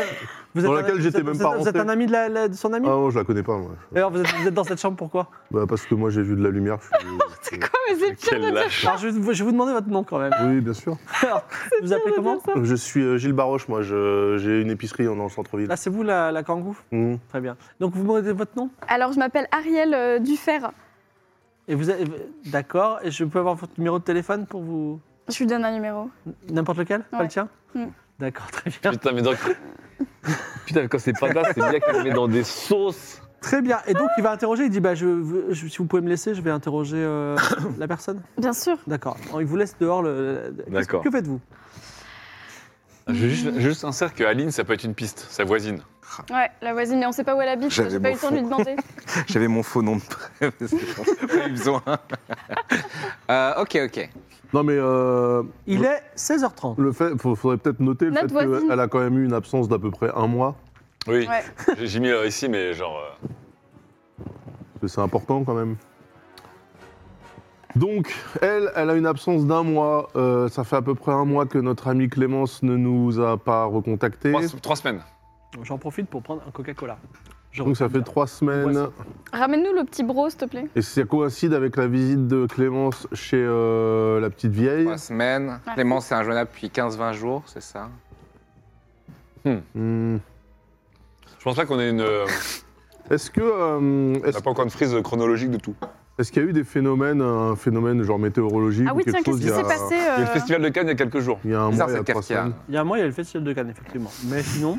Vous
Dans
un-
laquelle
vous
j'étais même
vous
pas
Vous êtes
rentré.
un ami de, la- la- de son
Ah
ami
non, je la connais pas, moi.
D'ailleurs, vous êtes- vous êtes dans cette chambre pourquoi
Bah, parce que moi, j'ai vu de la lumière. je suis-
Oh, C'est quoi, mais c'est pire
Quelle
de dire
lâche.
Alors, je vais, vous- je vais vous demander votre nom quand même.
Oui, bien sûr.
Alors, vous vous appelez
de
comment
dire ça.
Je suis euh, Gilles Baroche, moi. je- J'ai une épicerie dans le centre-ville.
Là, Ah, c'est vous la, la kangou
Mmh.
Très bien. Donc, vous me demandez votre nom
Alors, je m'appelle Ariel euh, Dufer.
Et vous avez... D'accord. Et je peux avoir votre numéro de téléphone pour vous.
Je lui donne un numéro.
N'importe lequel Pas
Ouais.
le tien
Mm.
D'accord, très bien.
Putain, mais donc. Putain, mais quand c'est pas ça, c'est bien qu'elle met dans des sauces.
Très bien. Et donc, il va interroger. Il dit bah, je, je- Si vous pouvez me laisser, je vais interroger euh, la personne.
Bien sûr.
D'accord. Il vous laisse dehors. Le... le-
D'accord.
Que faites-vous
Je veux juste, je veux juste insère que Aline, ça peut être une piste, sa voisine.
Ouais, la voisine, mais on sait pas où elle habite,
J'avais
j'ai pas eu le temps
mon
de lui
fou.
demander.
J'avais mon faux nom de prêt, parce que j'en ai pas eu besoin. Euh, ok, ok.
Non, mais euh,
Il est 16h30.
le fait, faut- faudrait peut-être noter le
Notre
fait
voisine.
qu'elle a quand même eu une absence d'à peu près un mois.
Oui,
Ouais.
j'ai- j'ai mis euh, ici, mais genre. euh,
Parce que C'est important quand même. Donc, elle, elle a une absence d'un mois. Euh, ça fait à peu près un mois que notre amie Clémence ne nous a pas recontactés.
trois, trois semaines.
J'en profite pour prendre un Coca-Cola. Je
Donc ça
reprends
fait trois semaines.
Voici.
Ramène-nous le petit bro, s'il te plaît.
Et ça coïncide avec la visite de Clémence chez euh, la petite vieille.
Trois semaines.
Ouais.
Clément, c'est un jeune depuis 15-20 jours, c'est ça
Hmm.
Je pense pas qu'on ait une. euh,
Est-ce que euh,
on
est-ce
n'a pas encore une frise chronologique de tout.
est-ce qu'il y a eu des phénomènes, un phénomène genre météorologique
Ah
ou
oui,
quelque
tiens, qu'est-ce
chose
qui
il y a-
s'est passé
Il y a le
euh,
festival de Cannes il y a quelques jours.
Il y a un mois,
Bizarre
il y a
cette
trois
cafetière.
semaines.
Il y a un mois, il y a le festival de Cannes, effectivement. Mais sinon,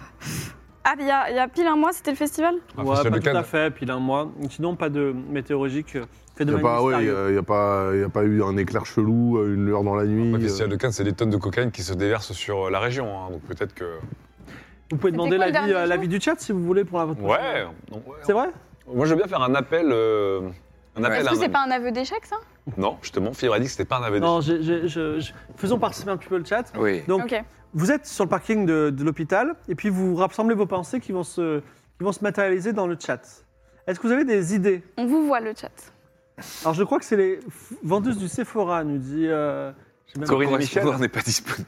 Ah, il y, a, il y a pile un mois, c'était le festival
Un
ouais,
Ah, festival
pas
de
tout à
Cannes.
fait. Puis il y a un mois. Sinon, pas de météorologique. euh,
Il n'y a,
Phénomène
Bah
pas- ouais, il y
mystérieux.
euh,
a- il y a pas- il y a pas eu un éclair chelou, une lueur dans la nuit.
Le
euh.
festival de Cannes, Ah, c'est des tonnes de cocaïne qui se déversent sur euh, la région. hein, donc peut-être que.
Vous pouvez
C'était
demander
quoi
l'avis
le dernier
euh,
jour
l'avis du chat si vous voulez pour la votre
Ouais. non, ouais.
C'est vrai
Moi, je veux bien faire un appel. euh, un appel
Est-ce
à
que
un
c'est
ami.
pas un aveu d'échec, ça
Non, justement, Fibre a dit que c'était pas un AVD.
Non, j'ai- j'ai- je- je- faisons participer un petit peu le chat.
Oui.
Donc,
Ok.
vous êtes sur le parking de, de l'hôpital et puis vous rassemblez vos pensées qui vont se, qui vont se matérialiser dans le chat. Est-ce que vous avez des idées
On vous voit le chat.
Alors, je crois que c'est les f- vendeuses du Sephora, nous dit. euh, j'ai même-
Corinne et
Pour
Michel.
répondre, on n'est pas disponible.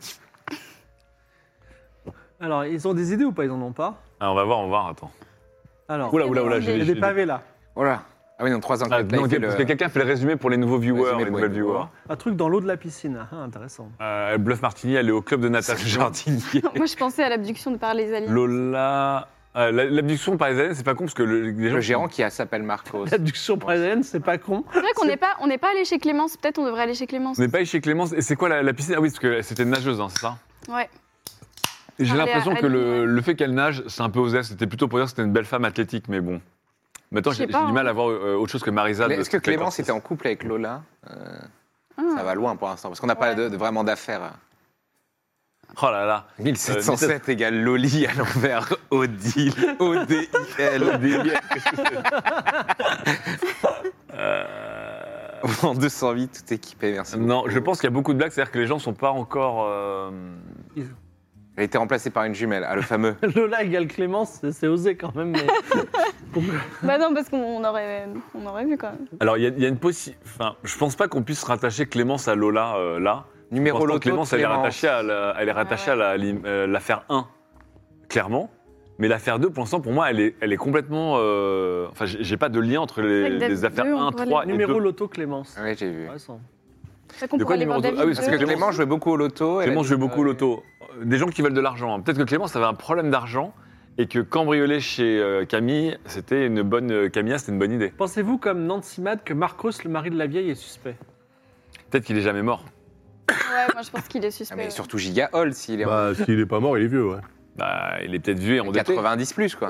Alors, ils ont des idées ou pas Ils en ont pas
Ah, on va voir, on va voir, attends.
Alors,
Oula, oula, oula,
Il y a
il y
j'ai.
a
j'ai-
des pavés là.
Oh là. Ah oui, non, trois ans.
Ah,
quatre, là,
non,
il fait
parce
le-
que quelqu'un fait le résumé pour les nouveaux viewers, les
Résumé pour
nouvelles
les
viewers.
viewers.
Un truc dans l'eau de la piscine, Ah, intéressant.
Euh, elle bluffe Martini, elle est au club de natation jardinier.
Moi, je pensais à l'abduction de par les
Mm.
aliens.
Lola. euh, la- L'abduction par les aliens, c'est pas con parce que le, les gens.
le gérant qui a- s'appelle Marcos.
L'abduction par les aliens, c'est pas con.
C'est vrai qu'on n'est pas, on n'est pas allé chez Clémence, peut-être on devrait aller chez Clémence.
On n'est pas allé chez Clémence. Et c'est quoi la, la piscine Ah oui, parce que c'était une nageuse, hein, c'est ça
Ouais.
Et J'ai
Parler
l'impression
à
que
Annie,
le,
ouais.
le fait qu'elle nage, c'est un peu osé. C'était plutôt pour dire que c'était une belle femme athlétique, mais bon. Maintenant,
Je
j'ai
sais
j'ai
pas,
du
hein.
mal à voir euh, autre chose que Marisa.
Mais
de-
Est-ce que Clémence était en couple avec Lola Ça
Ah.
va loin pour l'instant, parce qu'on n'a pas
Ouais.
de- de- vraiment d'affaires.
Euh, Oh là là.
1707 égale Loli à l'envers, Odile, O-D-I-L.
Euh,
En 208, tout équipé, merci.
Non,
beaucoup.
je pense qu'il y a beaucoup de blagues, c'est-à-dire que les gens sont pas encore. euh,
Elle a été remplacée par une jumelle, ah, le fameux.
Lola égale Clémence, c'est- c'est osé quand même. mais-
Bah non, parce qu'on aurait, on aurait vu quand même.
Alors, il y, a- il y a une possibilité. Enfin, je pense pas qu'on puisse rattacher Clémence à Lola euh, là. Pour
Numéro
l'instant,
loto,
Clémence, elle est rattachée à la- elle est
Ah
rattachée à la- euh, l'affaire 1, clairement. Mais l'affaire 2, pour l'instant, pour moi, elle est, elle est complètement. euh, Enfin, j'ai j'ai pas de lien entre les,
Avec David
les affaires
deux, on
1,
pourrait
3 et 2.
Numéro loto Clémence.
Oui, j'ai vu.
Intéressant.
C'est vrai qu'on
De
pourrait
quoi
aller voir
numéro deux
David.
Ah oui, parce
Parce que
deux.
Clément jouait beaucoup au loto. elle a
Clémence
dit-
jouait beaucoup au loto. Euh, Des gens qui veulent de l'argent. hein. Peut-être que Clémence avait un problème d'argent et que cambrioler chez euh, Camille, c'était une bonne. euh, Camilla, c'était une bonne idée.
Pensez-vous comme Nancy Mad que Marcos, le mari de la vieille, est suspect
Peut-être qu'il est jamais mort.
Ouais, moi je pense qu'il est
Ah,
suspect.
mais
ouais.
surtout Giga Hall, s'il est en
Bah, s'il est pas mort, il est vieux, ouais.
Bah, il est peut-être vieux et endetté.
90 plus, quoi.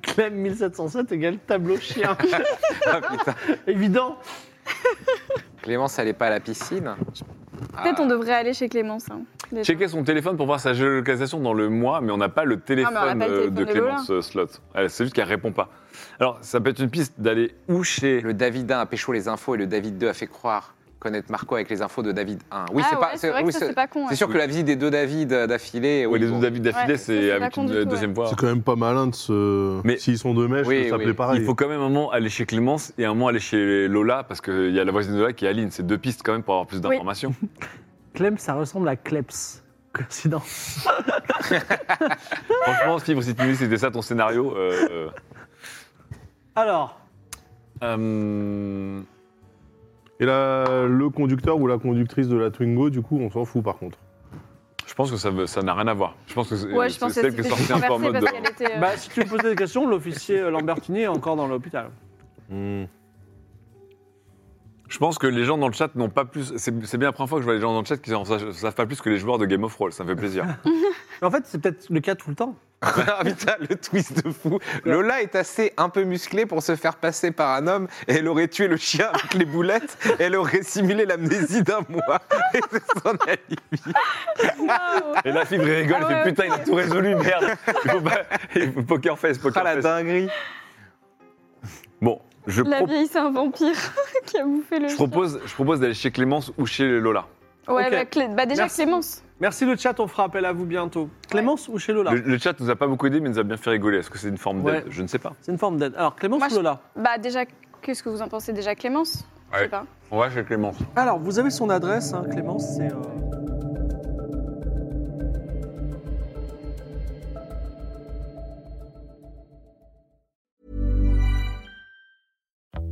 Clem 1707 égale tableau chien.
Ah, putain.
Évident.
Clémence, elle est pas à la piscine.
Peut-être on devrait aller chez Clémence. hein, déjà.
Checker son téléphone pour voir sa géolocalisation dans le mois, mais on n'a pas le téléphone,
Ah, mais on n'a pas le
euh,
téléphone
de
de Lola.
Clémence euh, Slot. Elle- C'est juste qu'elle répond pas. Alors, ça peut être une piste d'aller où chez.
Le David 1 a pécho les infos et le David 2 a fait croire connaître Marco avec les infos de David 1. Oui,
Ah
c'est
ouais,
pas.
C'est vrai
oui,
que ça, c'est pas con. hein.
c'est
ouais.
sûr que la visite des deux David euh, d'affilée.
Oui, les
bon.
deux David d'affilée,
Ouais, ça,
c'est
c'est pas
avec
con
une
du tout,
deuxième voix.
C'est quand même pas malin de se.
Mais-
S'ils sont deux mèches,
Oui,
ça
oui.
plaît pareil.
Il faut quand même un moment aller chez Clémence et un moment aller chez Lola, parce qu'il y a la voisine de Lola qui est Aline. C'est deux pistes quand même pour avoir plus d'informations.
Clem, ça ressemble à Kleps. Coïncidence.
Franchement, Fibre, si tu me dis que c'était ça ton scénario. euh, euh,
Alors,
euh,
Et là, le conducteur ou la conductrice de la Twingo, du coup, on s'en fout par contre.
je pense que ça veut- ça n'a rien à voir. Je pense que c'est
Ouais, je
c'est
pense que
celle qui est
c'était
sortie
juste
un peu en
renversée
mode.
parce qu'elle était. euh,
bah, si tu me posais des questions, l'officier euh, Lambertini est encore dans l'hôpital.
Je pense que les gens dans le chat n'ont pas plus. C'est c'est bien la première fois que je vois les gens dans le chat qui ne savent pas plus que les joueurs de Game of Thrones. Ça me fait plaisir.
Mais en fait, c'est peut-être le cas tout le temps.
Ah, putain, le twist de fou. Lola est assez un peu musclée pour se faire passer par un homme et elle aurait tué le chien avec les boulettes. et elle aurait simulé l'amnésie d'un mois. Et c'est son alibi.
Et la fibre elle rigole,
Ah
elle fait
ouais,
putain, il a
ok.
tout résolu, merde. Il faut pas- il faut- Poker face,
Ah,
poker
la
face.
dinguerie.
Bon, je,
La
pro-
vieille, c'est un vampire qui a bouffé le
je
chien.
propose, je propose d'aller chez Clémence ou chez Lola.
Ouais,
Ok.
bah, Clé- bah, déjà
Merci.
Clémence.
Merci le chat, on fera appel à vous bientôt. Clémence ou chez Lola
Le, le chat nous a pas beaucoup aidé, mais nous a bien fait rigoler. Est-ce que c'est une forme
Ouais.
d'aide Je ne sais pas.
C'est une forme d'aide. Alors, Clémence
Moi,
ou Lola
Bah déjà, qu'est-ce que vous en pensez déjà Clémence Je
Ouais.
sais pas.
On va chez Clémence.
Alors, vous avez son adresse, hein, Clémence, c'est... euh,